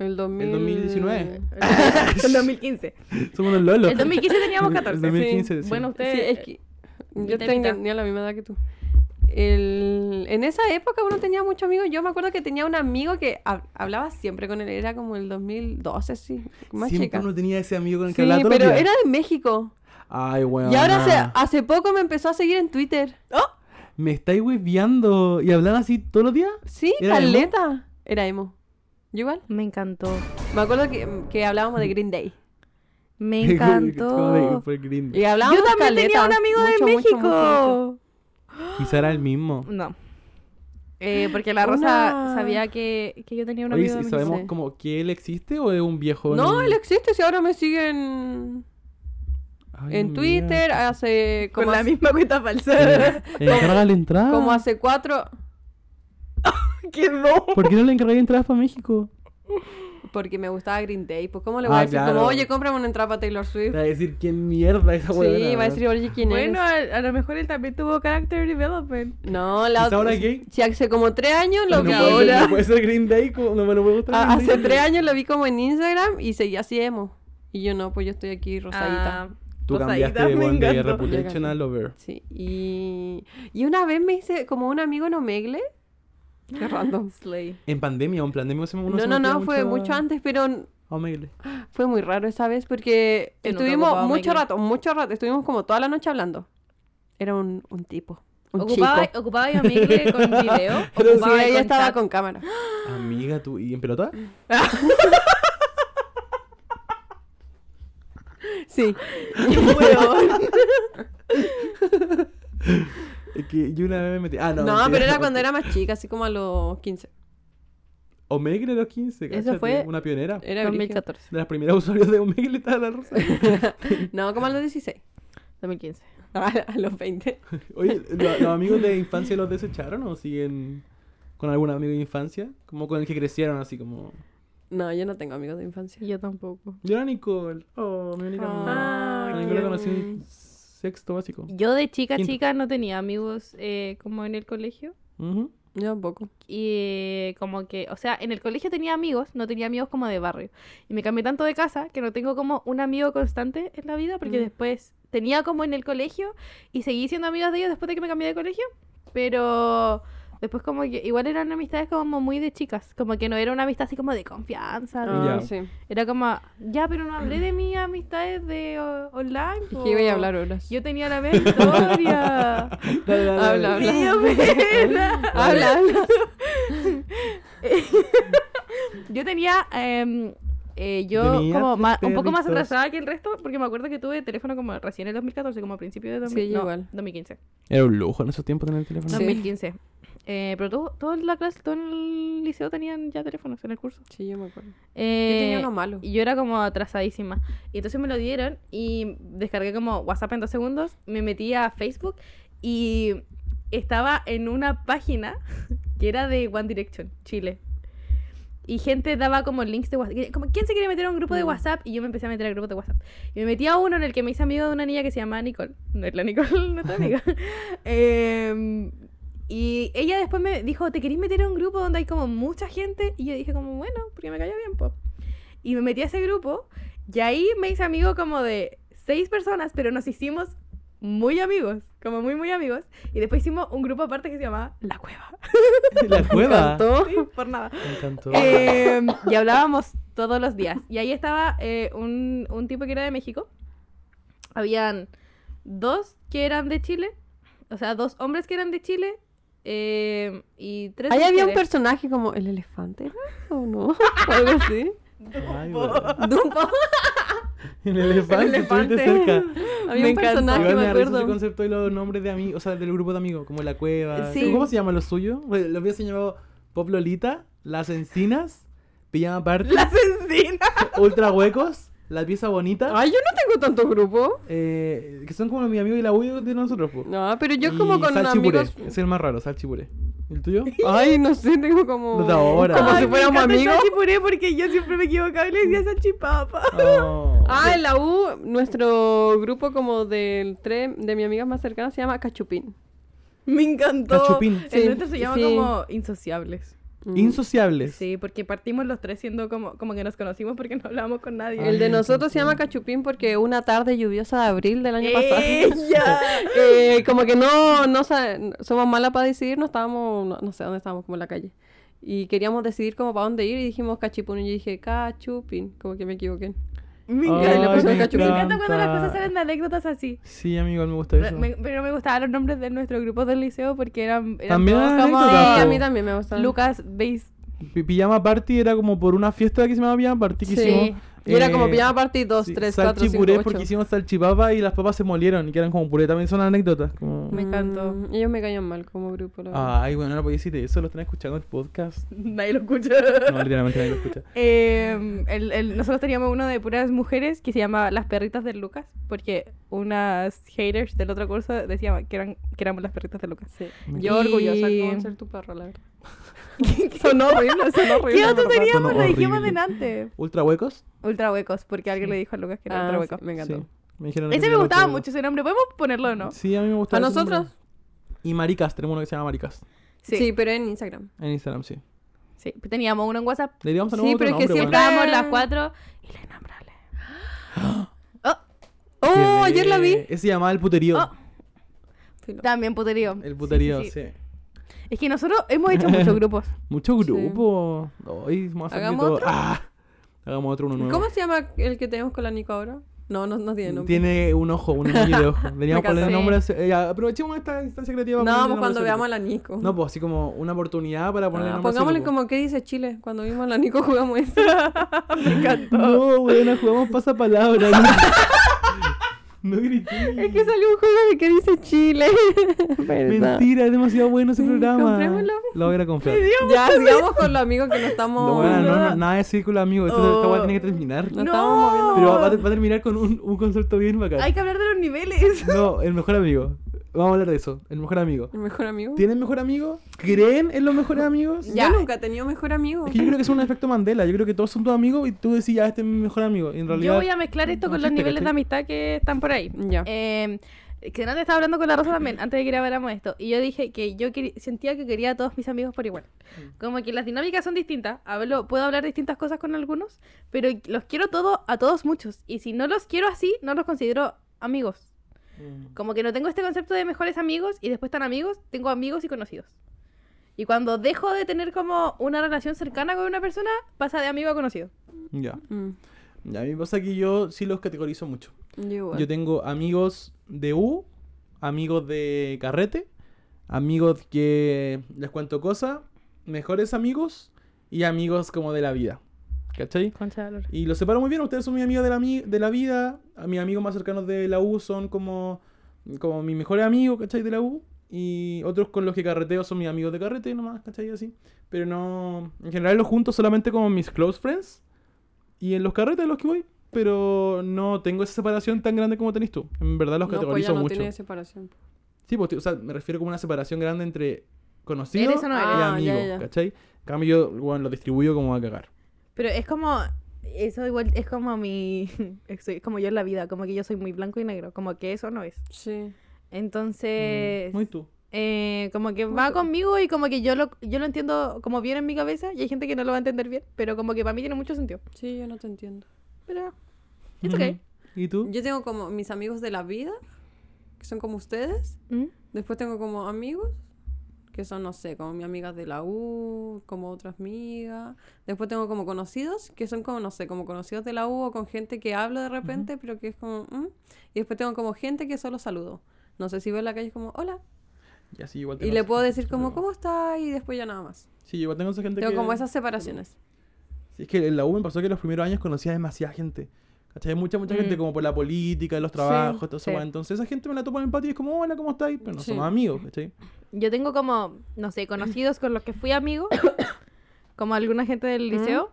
C: el, 2000...
B: 2019. <laughs>
D: Son 2015.
B: Somos unos lolos. <laughs>
D: El 2015 teníamos
B: El
D: 14.
B: 2015, sí.
D: Bueno, eh,
C: Sí,
D: ustedes.
C: es que yo
D: mitad y mitad.
C: tenía la misma edad que tú. El- en esa época uno tenía muchos amigos. Yo me acuerdo que tenía un amigo que hab- hablaba siempre con él. Era como el 2012, sí. Más
B: Siempre
C: chica.
B: uno tenía ese amigo con el que
C: Sí,
B: hablaba todos los
C: pero
B: días.
C: era de México.
B: Ay, weón.
C: Y ahora hace, hace poco me empezó a seguir en Twitter.
B: Me estáis hueviando. ¿Y hablan así todos los días?
C: Sí,
B: ¿Era emo?
C: Caleta. Era emo. Yo igual.
D: Me encantó.
C: Me acuerdo que, que hablábamos de Green Day.
B: <laughs>
D: Me
B: Como de-
D: encantó.
B: fue Green Day.
C: Y hablábamos
D: Yo también
C: caleta,
D: tenía un amigo
C: mucho,
D: de
C: mucho,
D: México.
C: mucho, mucho.
B: Quizá era el mismo.
D: No. Eh, porque la Rosa
C: Una-
D: sabía que, que yo tenía un
B: Oye,
D: amigo de
B: ¿y
D: México.
B: sabemos
C: sí.
B: como que él existe o es un viejo?
C: No,
B: en-
C: él existe. Si ahora me siguen
B: Ay,
C: en
B: mira.
C: Twitter, hace
D: Con
C: como
D: la
C: hace-
D: misma cuenta falsa.
B: <laughs>
C: <laughs>
B: Eh, Encarga la entrada.
C: Como hace cuatro.
D: ¡Qué no!
B: ¿Por qué no le encargáis entradas para México?
C: Porque me gustaba Green Day. Pues, ¿cómo le voy
B: Ah,
C: a decir?
B: claro.
C: Como, oye, cómprame una entrada para Taylor
B: Te
C: Swift.
B: va a decir qué mierda esa weá.
C: Sí, va a decir, oye, ¿quién
D: Bueno, ah,
C: eres?
D: a, a lo mejor él también tuvo character development.
C: No, la
B: ¿Es ahora
C: otra-
B: gay?
C: Sí, hace como tres años lo
B: no
C: vi.
B: puede, ser- no puede ser Green Day, como- no me lo puede gustar.
C: A-
B: Green Day.
C: Ah, hace tres años lo vi como en Instagram y seguía así emo. Y yo no, pues yo estoy aquí rosadita.
D: Ah,
B: Tú
D: Rosadita,
B: cambiaste de,
D: me
B: weón, de
D: encantó.
B: Reputation a Lover.
C: Sí, y... y una vez me hice como un amigo en Omegle.
D: <gasps>
C: Qué random.
D: Slay.
B: En pandemia, en pandemia se me uno
C: No,
B: se
C: no,
B: metía
C: no, fue
B: mucho
C: mucho
B: a-
C: antes, pero
B: a Omegle.
C: fue muy raro esa vez porque
D: Que nunca
C: estuvimos
D: ocupaba
C: mucho
D: Omegle.
C: rato, mucho rato, estuvimos como toda la noche hablando. Era un, un tipo, un
D: Ocupaba,
C: chico.
D: ocupaba yo
C: <laughs>
D: Omegle con video.
C: Sí,
D: Ocupaba
C: ella
D: con
C: estaba
D: chat.
C: con
D: <gasps>
C: cámara.
B: Amiga, tú. ¿Y en pelota?
C: Sí.
B: Es que yo una vez me metí. Ah, no.
C: No,
B: mentira.
C: pero era cuando era más chica, así como a los
D: <laughs>
C: 15.
B: Omegle a los 15,
D: Eso
B: cáchate,
D: fue-
B: Una pionera.
C: Era brígido.
D: 2014.
B: De las primeras <laughs> usuarias de Omegle estaba la rosa.
C: No, como a los 16.
D: 2015.
C: A, <laughs> a los 20.
B: Oye, ¿lo- ¿los amigos de infancia los desecharon o siguen con algún amigo de infancia? Como con el que crecieron, así como.
C: No, yo no tengo amigos de infancia.
D: Yo tampoco.
B: Yo era Nicole. Oh, mi única amiga.
D: Ah,
B: A Nicole la conocí en sexto básico.
D: Yo de chica
B: Quinto.
D: chica no tenía amigos eh, como en el colegio.
B: Ujú.
C: Yo tampoco.
D: Y eh, como que, o sea, en el colegio tenía amigos, no tenía amigos como de barrio. Y me cambié tanto de casa que no tengo como un amigo constante en la vida porque
C: Mm.
D: después tenía como en el colegio y seguí siendo amigas de ellos después de que me cambié de colegio. Pero después como que igual eran amistades como muy de chicas. Como que no era una amistad así como de confianza. de-
C: Ah,
B: Ya.
C: sí.
D: Era como, ya, pero no hablé de mis amistades de o- online.
C: Es que iba a
D: po".
C: hablar horas.
D: Yo tenía la misma
C: <laughs>
D: historia. <laughs>
B: Dale, dale, dale.
C: Habla,
D: Me
B: <laughs>
D: dio pena.
C: Habla, habla.
D: yo tenía. em, eh, yo
B: Tenía
D: como ma-
B: tres
D: un poco más
B: perritos.
D: atrasada que el resto, porque me acuerdo que tuve teléfono como recién en el 2014, como a principios de 2000,
C: Sí,
D: no,
C: igual.
D: 2015.
B: Era un lujo en esos tiempos tener el teléfono.
C: Sí.
D: 2015. Eh, pero todo, toda la clase, todo el liceo tenían ya teléfonos en el curso.
C: Sí, yo me acuerdo.
D: Eh,
C: Yo tenía uno malo.
D: Y yo era como atrasadísima. Y entonces me lo dieron y descargué como WhatsApp en dos segundos, me metí a Facebook y estaba en una página <laughs> que era de One Direction, Chile. Y gente daba como links de WhatsApp. Como, ¿Quién se quiere meter a un grupo de
C: Mm.
D: WhatsApp? Y yo me empecé a meter al grupo de WhatsApp. Y me metí a uno en el que me hice amigo de una niña que se llamaba Nicole. No es la Nicole, <laughs> no es tu amiga. Em, y ella después me dijo, ¿te querís meter a un grupo donde hay como mucha gente? Y yo dije como, bueno, porque me cayó bien, po. Y me metí a ese grupo y ahí me hice amigo como de seis personas, pero nos hicimos muy amigos, como muy, muy amigos. Y después hicimos un grupo aparte que se
C: <laughs>
D: llamaba La Cueva.
B: La cueva.
D: Todo por nada.
B: Me encantó.
D: Eh, y hablábamos todos los días. Y ahí estaba eh, un, un tipo que era de México. Habían dos que eran de Chile. O sea, dos hombres que eran de Chile. eh, y tres
C: Ahí había un <laughs>
D: mujeres.
C: personaje como el elefante, ¿no? ¿o <laughs> no? O algo así.
B: Ay, weón.
C: <laughs> Dumbo.
B: El elefante,
D: El elefante.
B: estuviste cerca.
C: Había
D: Me
C: un
D: encanta.
B: Igual
C: personaje,
B: me
C: me
B: da risa ese
C: acuerdo.
B: concepto de los nombres de amigos, o sea, del grupo de amigos, como la cueva.
C: Sí.
B: ¿Cómo se llama lo suyo? Pues, Lo mío se llamaba Pop Lolita, Las Encinas, Pijama Party,
D: Las encinas.
B: <laughs> Ultra Huecos, La Pieza Bonita,
C: Ay, yo no tengo tanto grupo.
B: eh, que son como mi amigo y la U de nosotros. po.
C: No, pero yo como
B: Y
C: con
B: Salchipuré,
C: amigos...
B: Es el más raro, Salchipuré. ¿El
C: <laughs>
B: tuyo?
C: Ay, no sé, tengo como...
B: Los de ahora.
C: Como
B: Ay,
C: si
D: me
C: fuéramos
D: encanta el
C: amigos.
D: salchipuré porque yo siempre me equivocaba y le decía salchipapa.
B: Oh.
C: Ah, en la U, nuestro grupo como del tres de mis amigas más cercanas se llama Cachupín.
D: Me encantó.
B: Cachupín.
D: El
C: Sí,
D: nuestro se llama
C: sí.
D: como insociables.
B: <laughs> Insociables.
D: Sí, porque partimos los tres siendo como, como que nos conocimos porque no hablábamos con nadie.
C: El de nosotros se llama Cachupín porque una tarde lluviosa de abril del
B: Eh.
C: año pasado.
B: <laughs>
D: ¡Ella!
C: eh, como que no, no sa- somos malas para decidir, no estábamos, no, no sé dónde estábamos, como en la calle. Y queríamos decidir como para dónde ir y dijimos cachipún y yo dije cachupín, como que me equivoqué.
D: Me
B: Ay,
D: encanta.
C: me
D: me,
C: encanta.
D: encanta cuando las cosas salen de anécdotas así.
B: Sí, amigo, me gusta eso.
D: Me- pero me gustaban los nombres de nuestro grupo del liceo porque eran, eran
B: También
D: todos
B: eran
D: como
C: Sí,
B: anécdotas,
C: a
B: po.
C: mí también me gustan.
D: Lucas Beis.
B: Pi- Pijama Party era como por una fiesta que se llamaba Pijama Party que
C: Sí.
B: hicimos.
C: Y era como
B: eh,
C: pijama party 2,
B: Sí,
C: 3, 4, 5,
B: salchipuré
C: 8.
B: porque hicimos salchipapa y las papas se molieron y quedan como puré. También son anécdotas. como-
D: Me encantó.
C: Mm, ellos me caían mal como grupo. la verdad.
B: Ay, bueno, no podía decir eso. Lo están escuchando en el podcast.
D: <laughs> Nadie lo escucha.
C: <laughs>
B: No, literalmente nadie lo escucha.
D: Eh, el- el- nosotros teníamos uno de puras mujeres que se llamaba Las Perritas del Lucas porque unas haters del otro curso decían que, eran, que éramos las perritas del <laughs> Lucas.
C: Sí.
B: Me
C: Yo orgullosa
D: Y-
C: de ser tu
B: <laughs>
C: perro, la verdad.
D: sonó horrible, sonó horrible. <laughs> ¿Qué otro
B: verdad.
D: teníamos?
B: Sonó
D: Lo dijimos
B: horrible.
D: delante.
B: ¿Ultra huecos?
D: Ultra huecos porque alguien le dijo a Lucas que era
C: Ah,
D: ultra
C: sí,
D: hueco.
C: me encantó.
B: Sí. Me dijeron que
D: Ese me
B: era
D: gustaba
B: ultra
D: mucho ese nombre. ¿Podemos ponerlo o no?
B: huecos. Sí, a mí me gustaba.
C: ¿A
B: ese nombre.
C: nosotros?
B: Y Maricas. Tenemos uno que se llama Maricas.
C: Sí.
D: Sí.
C: pero en Instagram.
B: En Instagram, sí.
D: Sí, teníamos uno en WhatsApp.
B: Le digamos a
C: Sí,
B: otro
C: pero es que
B: nombre,
C: siempre-
B: bueno.
D: Estábamos
C: Ah.
D: las cuatro y la innombrable.
C: Oh,
B: Qué
C: ayer la vi. Ah,
B: bebé. Ese se llamaba El Puterío.
D: Oh. También puterío.
B: El Puterío, sí.
D: Sí, sí, Es que nosotros hemos hecho <laughs> muchos grupos.
B: Mucho grupo. Ay, vamos a hacer
C: Hagamos
B: de todo.
C: otro.
B: Ah. Hagamos otro, uno nuevo.
C: ¿Cómo se llama el que tenemos con la Nico ahora? No, no, no tiene nombre.
B: Tiene un ojo,
C: <laughs>
B: un emoji de ojo. Deberíamos
C: Me
B: ponerle
C: cansé.
B: nombre. a ese- eh, ya, aprovechemos esta instancia creativa. para
C: No,
B: ponerle
C: pues
B: nombre a
C: cuando
B: ese
C: veamos a
B: grupo.
C: la Nico.
B: No, pues así como una oportunidad para ponerle
C: Ah,
B: nombre. a ese
C: pongámosle
B: grupo.
C: como ¿qué dice Chile? Cuando vimos a la Nico
B: <laughs>
C: jugamos eso.
B: No, weona, jugamos pasapalabra.
C: <laughs>
B: No, no grité.
C: es que salió un juego de ¿qué dice Chile? ¿Verdad?
B: Mentira, es demasiado bueno ese programa.
C: comprémoslo.
B: Lo voy a ir a comprar.
C: Ya sigamos con los amigos que no estamos.
B: No, weona, no, no, nada de círculo, amigo. Esto, Esta
C: Oh.
B: weá tiene que terminar.
C: No estamos moviendo.
B: Pero va, va a- va a terminar con un, un concepto bien bacán.
D: Hay que hablar de los niveles.
B: No, el mejor amigo. Vamos a hablar de eso. El mejor amigo.
C: ¿El mejor amigo?
B: ¿Tienen mejor amigo? ¿Creen en los mejores amigos?
C: Yo nunca he tenido mejor amigo.
B: Es que yo creo que es un efecto Mandela. Yo creo que todos son tus amigos y tú decís, ya, este es mi mejor amigo. Y en
D: Yo
B: realidad.
D: voy a mezclar esto
B: no
D: con los
B: existe,
D: niveles de
B: ¿cachai?
D: amistad que están por ahí.
C: Ya.
D: Eh, que antes estaba hablando con la Rosa también, antes de que grabáramos esto. Y yo dije que yo queri- sentía que quería a todos mis amigos por igual. Como que las dinámicas son distintas. Hablo, puedo hablar distintas cosas con algunos, pero los quiero todo, a todos muchos. Y si no los quiero así, no los considero amigos.
B: Mm,
D: Como que no tengo este concepto de mejores amigos y después tan amigos, tengo amigos y conocidos. Y cuando dejo de tener como una relación cercana con una persona, pasa de amigo a conocido.
B: Ya.
C: Mm,
B: Ya, A mí me pasa que yo sí los categorizo mucho.
C: yo igual.
B: Yo tengo amigos de U, amigos de carrete, amigos que les cuento cosas, mejores amigos y amigos como de la vida. ¿Cachai?
D: Concha de la lora.
B: Y los separo muy bien, ustedes son mis amigos de la, mi- de la vida, a mis amigos más cercanos de la U son como, como mis mejores amigos, ¿cachai? De la U. Y otros con los que carreteo son mis amigos de carrete nomás, ¿cachai? Así. Pero no, en general los junto solamente como mis close friends y en los carretes a los que voy. Pero no tengo esa separación tan grande como tenés tú. En verdad los
C: No, pues
B: categorizo
C: ya no
B: mucho.
C: tiene separación.
B: Sí, pues, tío, o sea, me refiero como una separación grande entre conocido
D: Eres o no
B: y
D: eres.
C: Ah, ya,
B: amigo,
C: ya.
B: ¿cachai? En cambio, yo, bueno, lo distribuyo como a cagar.
D: Pero es como. Eso igual es como mi. <laughs> Es como yo en la vida. Como que yo soy muy blanco y negro. Como que eso no es.
C: Sí.
D: Entonces.
B: Muy tú.
D: eh, como que va conmigo y como que yo lo, yo lo entiendo como bien en mi cabeza. Y hay gente que no lo va a entender bien. Pero como que para mí tiene mucho sentido.
C: Sí, yo no te entiendo.
D: Pero. It's okay.
B: ¿Y tú?
C: Yo tengo como mis amigos de la vida, que son como ustedes.
D: ¿Mm?
C: Después tengo como amigos, que son, no sé, como mis amigas de la U, como otras amigas. Después tengo como conocidos, que son como, no sé, como conocidos de la U o con gente que hablo de repente, pero que es como... "Mm". Y después tengo como gente que solo saludo. No sé si veo en la calle es como, hola.
B: Y así igual
C: Y
B: tengo
C: le
B: esa-
C: puedo decir como,
B: pero-
C: ¿cómo está? Y después ya nada más.
B: Sí, igual tengo esa gente
C: Tengo
B: que...
C: como esas separaciones.
B: Sí, es que en la U me pasó que en los primeros años conocía demasiada gente. ¿Cachai? Mucha, mucha
D: Mm.
B: gente como por la política, los trabajos, todo eso.
D: sí.
B: weón. Entonces esa gente me la topa en el patio y es como, hola, ¿cómo estáis? Pero no
C: Sí.
B: somos amigos, ¿cachai?
D: Yo tengo como, no sé, conocidos con los que fui amigo, <coughs> como alguna gente del liceo,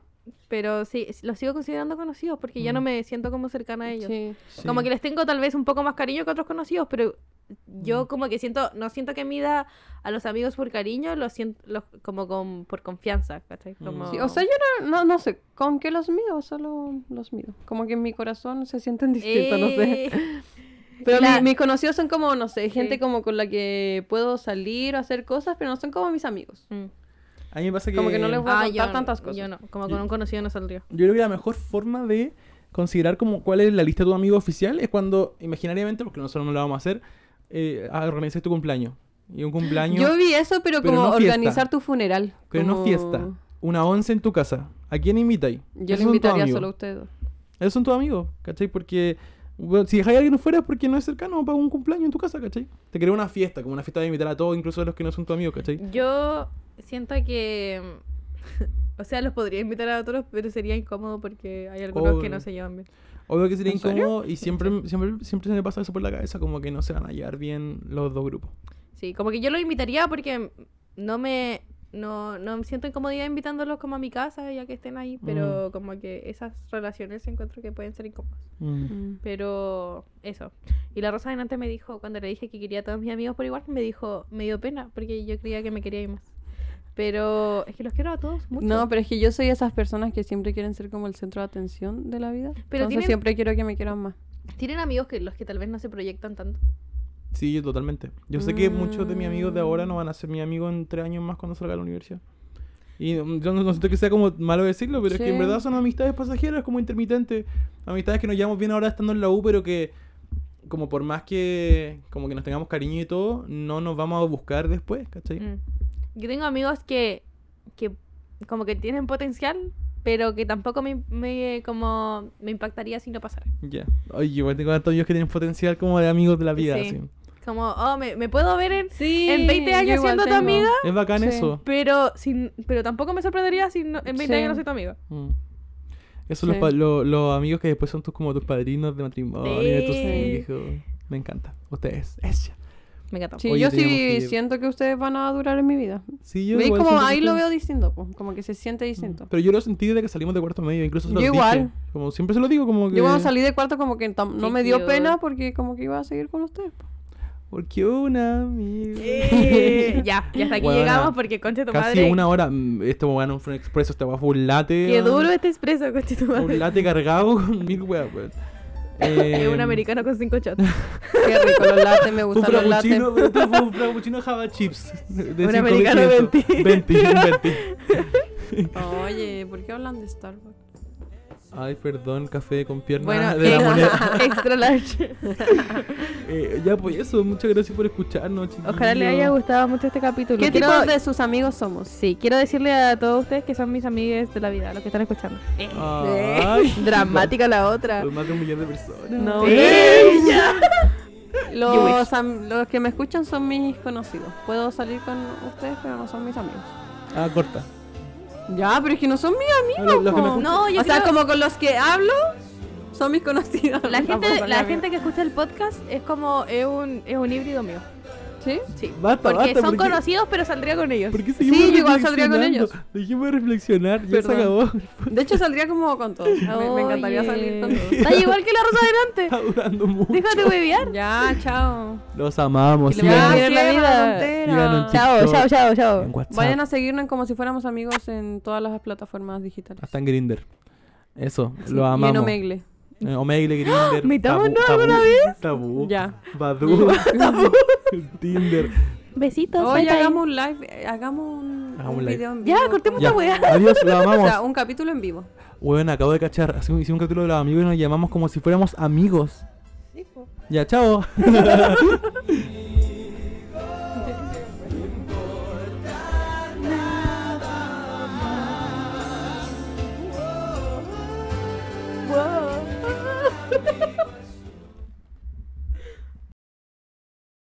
D: pero sí, s- los sigo considerando conocidos porque ya no
B: Mm.
D: me siento como cercana a ellos.
C: Sí.
D: Como
B: Sí.
D: que les tengo tal vez un poco más cariño que otros conocidos, pero
C: Mm.
D: yo como que siento, no siento que mida a los amigos por cariño, los siento los, como con, por confianza, ¿cachai?
B: Mm.
D: Como...
C: Sí, o sea, yo no, no, no sé con qué los mido, solo los mido. Como que en mi corazón se sienten distintos, no sé.
D: Eh,
C: <laughs> Pero mi-
D: la-
C: mis conocidos son como, no sé, gente
D: Sí.
C: como con la que puedo salir o hacer cosas, pero no son como mis amigos.
D: Mm.
B: A mí me pasa que...
C: Como que no les voy a
D: Ah,
C: contar
D: yo,
C: tantas cosas.
D: yo no, como con un conocido no saldría.
B: Yo creo que la mejor forma de considerar como cuál es la lista de tu amigo oficial es cuando, imaginariamente, porque nosotros no lo vamos a hacer, eh, organizas tu cumpleaños. Y un cumpleaños...
C: Yo vi eso, pero,
B: Pero
C: como
B: no fiesta.
C: organizar tu funeral.
B: Pero no
C: como-
B: fiesta. Una once en tu casa. ¿A quién invitáis?
C: Yo
B: Esos
C: le
B: son tus
C: invitaría
B: amigos.
C: solo a ustedes dos.
B: Esos son tus amigos, ¿cachai? Porque bueno, si dejáis a alguien fuera es porque no es cercano para un cumpleaños en tu casa, ¿cachai? Te creo una fiesta, como una fiesta de invitar a todos, incluso a los que no son tus amigos, ¿cachai?
D: Yo siento que. <laughs> O sea, los podría invitar a otros, pero sería incómodo porque hay algunos que
B: Obvio.
D: no se llevan bien.
B: Obvio que sería
D: ¿En serio?
B: incómodo y siempre, siempre, siempre se me pasa eso por la cabeza, como que no se van a llevar bien los dos grupos.
D: Sí, como que yo los invitaría porque no me. No, no me siento incomodidad invitándolos como a mi casa, ya que estén ahí, pero
C: Mm.
D: como que esas relaciones encuentro que pueden ser incómodas. Mm.
C: Mm.
D: Pero eso. Y la Rosa delante me dijo, cuando le dije que quería a todos mis amigos por igual, me dijo, me dio pena, porque yo creía que me quería ir más. Pero es que los quiero a todos mucho.
C: No, pero es que yo soy esas personas que siempre quieren ser como el centro de atención de la vida.
D: Pero
C: Entonces
D: tienen-
C: siempre quiero que me quieran más.
D: Tienen amigos que los que tal vez no se proyectan tanto.
B: Sí, yo totalmente. Yo sé que muchos de mis amigos de ahora no van a ser mis amigos en tres años más cuando salga de la universidad. Y mm, yo no, no siento que sea como malo decirlo, pero es que en
C: Sí.
B: verdad son amistades pasajeras, como intermitentes. Amistades que nos llevamos bien ahora estando en la U, pero que como por más que como que nos tengamos cariño y todo, no nos vamos a buscar después, ¿cachai?
D: Mm. Yo tengo amigos que, que como que tienen potencial, pero que tampoco me, me, como, me impactaría si no pasara.
B: Ya. Oye, igual tengo tantos amigos que tienen potencial como de amigos de la vida.
D: Sí.
B: así.
D: Como, oh, me, me puedo ver en,
C: Sí.
D: en 20 años siendo tu amiga,
B: Es bacán
C: Sí.
B: eso.
D: pero, sin, pero tampoco me sorprendería si no- en 20
C: Sí.
D: años no soy tu amiga.
B: Mm. Esos son los,
C: Sí.
B: pa- lo- los amigos que después son tus, como tus padrinos de matrimonio, de
D: Sí.
B: tus hijos. Me encanta. Ustedes. Es-
D: Me encanta. <laughs>
C: Sí,
B: Oye,
C: yo
B: teníamos
C: sí
B: que-
C: siento que ustedes van a durar en mi vida.
B: Sí, yo
C: ¿Veis
B: igual
C: como
B: siento
C: ahí
B: que Mm.
C: lo
B: esto-
C: veo distinto, po, como que se siente distinto.
B: Pero yo lo sentí desde que salimos de cuarto medio, incluso se
C: Yo
B: los dije.
C: igual.
B: Como siempre se lo digo, como que...
C: Yo cuando salí de cuarto como que tam- no
D: Qué
C: me dio
D: cute.
C: pena porque como que iba a seguir con ustedes. po.
B: Porque una amiga...
D: Eh, ya, ya hasta aquí
B: Weona,
D: llegamos porque concha tu
B: Casi
D: madre.
B: una hora. mm, Este weón fue un expreso, este weón fue un latte.
D: Qué
B: weón.
D: duro este expreso, concha tu
B: Un
D: madre.
B: latte cargado con mil weas, weón.
D: <laughs> Es
B: Eh,
D: un americano con cinco shots.
C: Qué rico los lates, me
B: Fue un
C: gustan los lates.
B: frappuccino, pero este fue un frappuccino Java Chips. de- de
D: Un
B: 5.500.
D: americano 20.
B: 20, 20.
C: Oye, ¿por qué hablan de Starbucks?
B: <laughs> Ay, perdón, café con pierna
D: Bueno, <laughs>
B: de la
C: eh,
B: moneda.
D: extra,
B: <laughs>
D: extra large.
B: Eh, ya, pues eso. Muchas gracias por escucharnos, chiquillos.
D: Ojalá les haya gustado mucho este capítulo.
C: ¿Qué
D: Quiero-
C: tipo de sus amigos somos?
D: Sí, quiero decirle a todos ustedes que son mis amigues de la vida, los que están escuchando.
B: Ay,
D: <laughs> Dramática la otra.
B: Por más de un millón de personas.
C: No,
D: ¡Ella!
C: los, am- los que me escuchan son mis conocidos. Puedo salir con ustedes, pero no son mis amigos.
B: Ah, corta.
C: Ya, pero es que no son mis amigos.
B: No, Ah, los que me
C: po.
B: escuchan.
D: No, yo
C: o sea,
D: creo-
C: como con los que hablo, son mis conocidos. <laughs> pues,
D: La
C: Tampoco
D: gente,
C: son
D: la
C: mis
D: gente que escucha el podcast es como es un, es un híbrido mío.
C: amigos. ¿Sí?
D: Sí.
B: Basta,
D: porque
B: basta,
D: son
B: porque-
D: conocidos, pero saldría con ellos.
B: ¿Por qué seguimos
C: yo igual saldría con
B: reflexionando? Dejemos de reflexionar, ya se
C: Perdón.
B: acabó.
C: <laughs>
B: <laughs>
C: De hecho, saldría como con todos. Me, me encantaría salir con todos.
D: Está igual que la rosa delante.
B: Está durando mucho.
D: Déjate huevear.
C: Ya, chao.
B: Los amamos.
C: Que le vaya
B: síganos-
C: bien en la
D: cierra la
C: vida.
D: tontera.
B: síganos en
D: Chao,
B: TikTok,
D: chao, chao, chao.
B: En WhatsApp,
C: Vayan a seguirnos como si fuéramos amigos en todas las plataformas digitales.
B: Hasta en Grinder. Eso,
C: Sí,
B: lo
C: Y en
B: amamos.
C: Omegle.
B: Eh, Omegle, Grinder.
D: ¿Metámonos alguna
B: vez? Tabú.
C: Ya.
B: Badoo. <laughs> Tinder.
D: Besitos. bye,
C: Hoy
D: bye.
C: hagamos un live, eh, hagamos un,
B: Hagamos
C: un
B: un live.
C: video en vivo.
D: Ya, cortemos
B: Ya.
D: esta weá.
B: Adiós, lo
C: <laughs> O
B: amamos.
C: sea, un capítulo en vivo.
B: Weón, acabo de cachar. Hace un- Hicimos un capítulo de los amigos y nos llamamos como si fuéramos amigos. Ya, chao.
D: <laughs>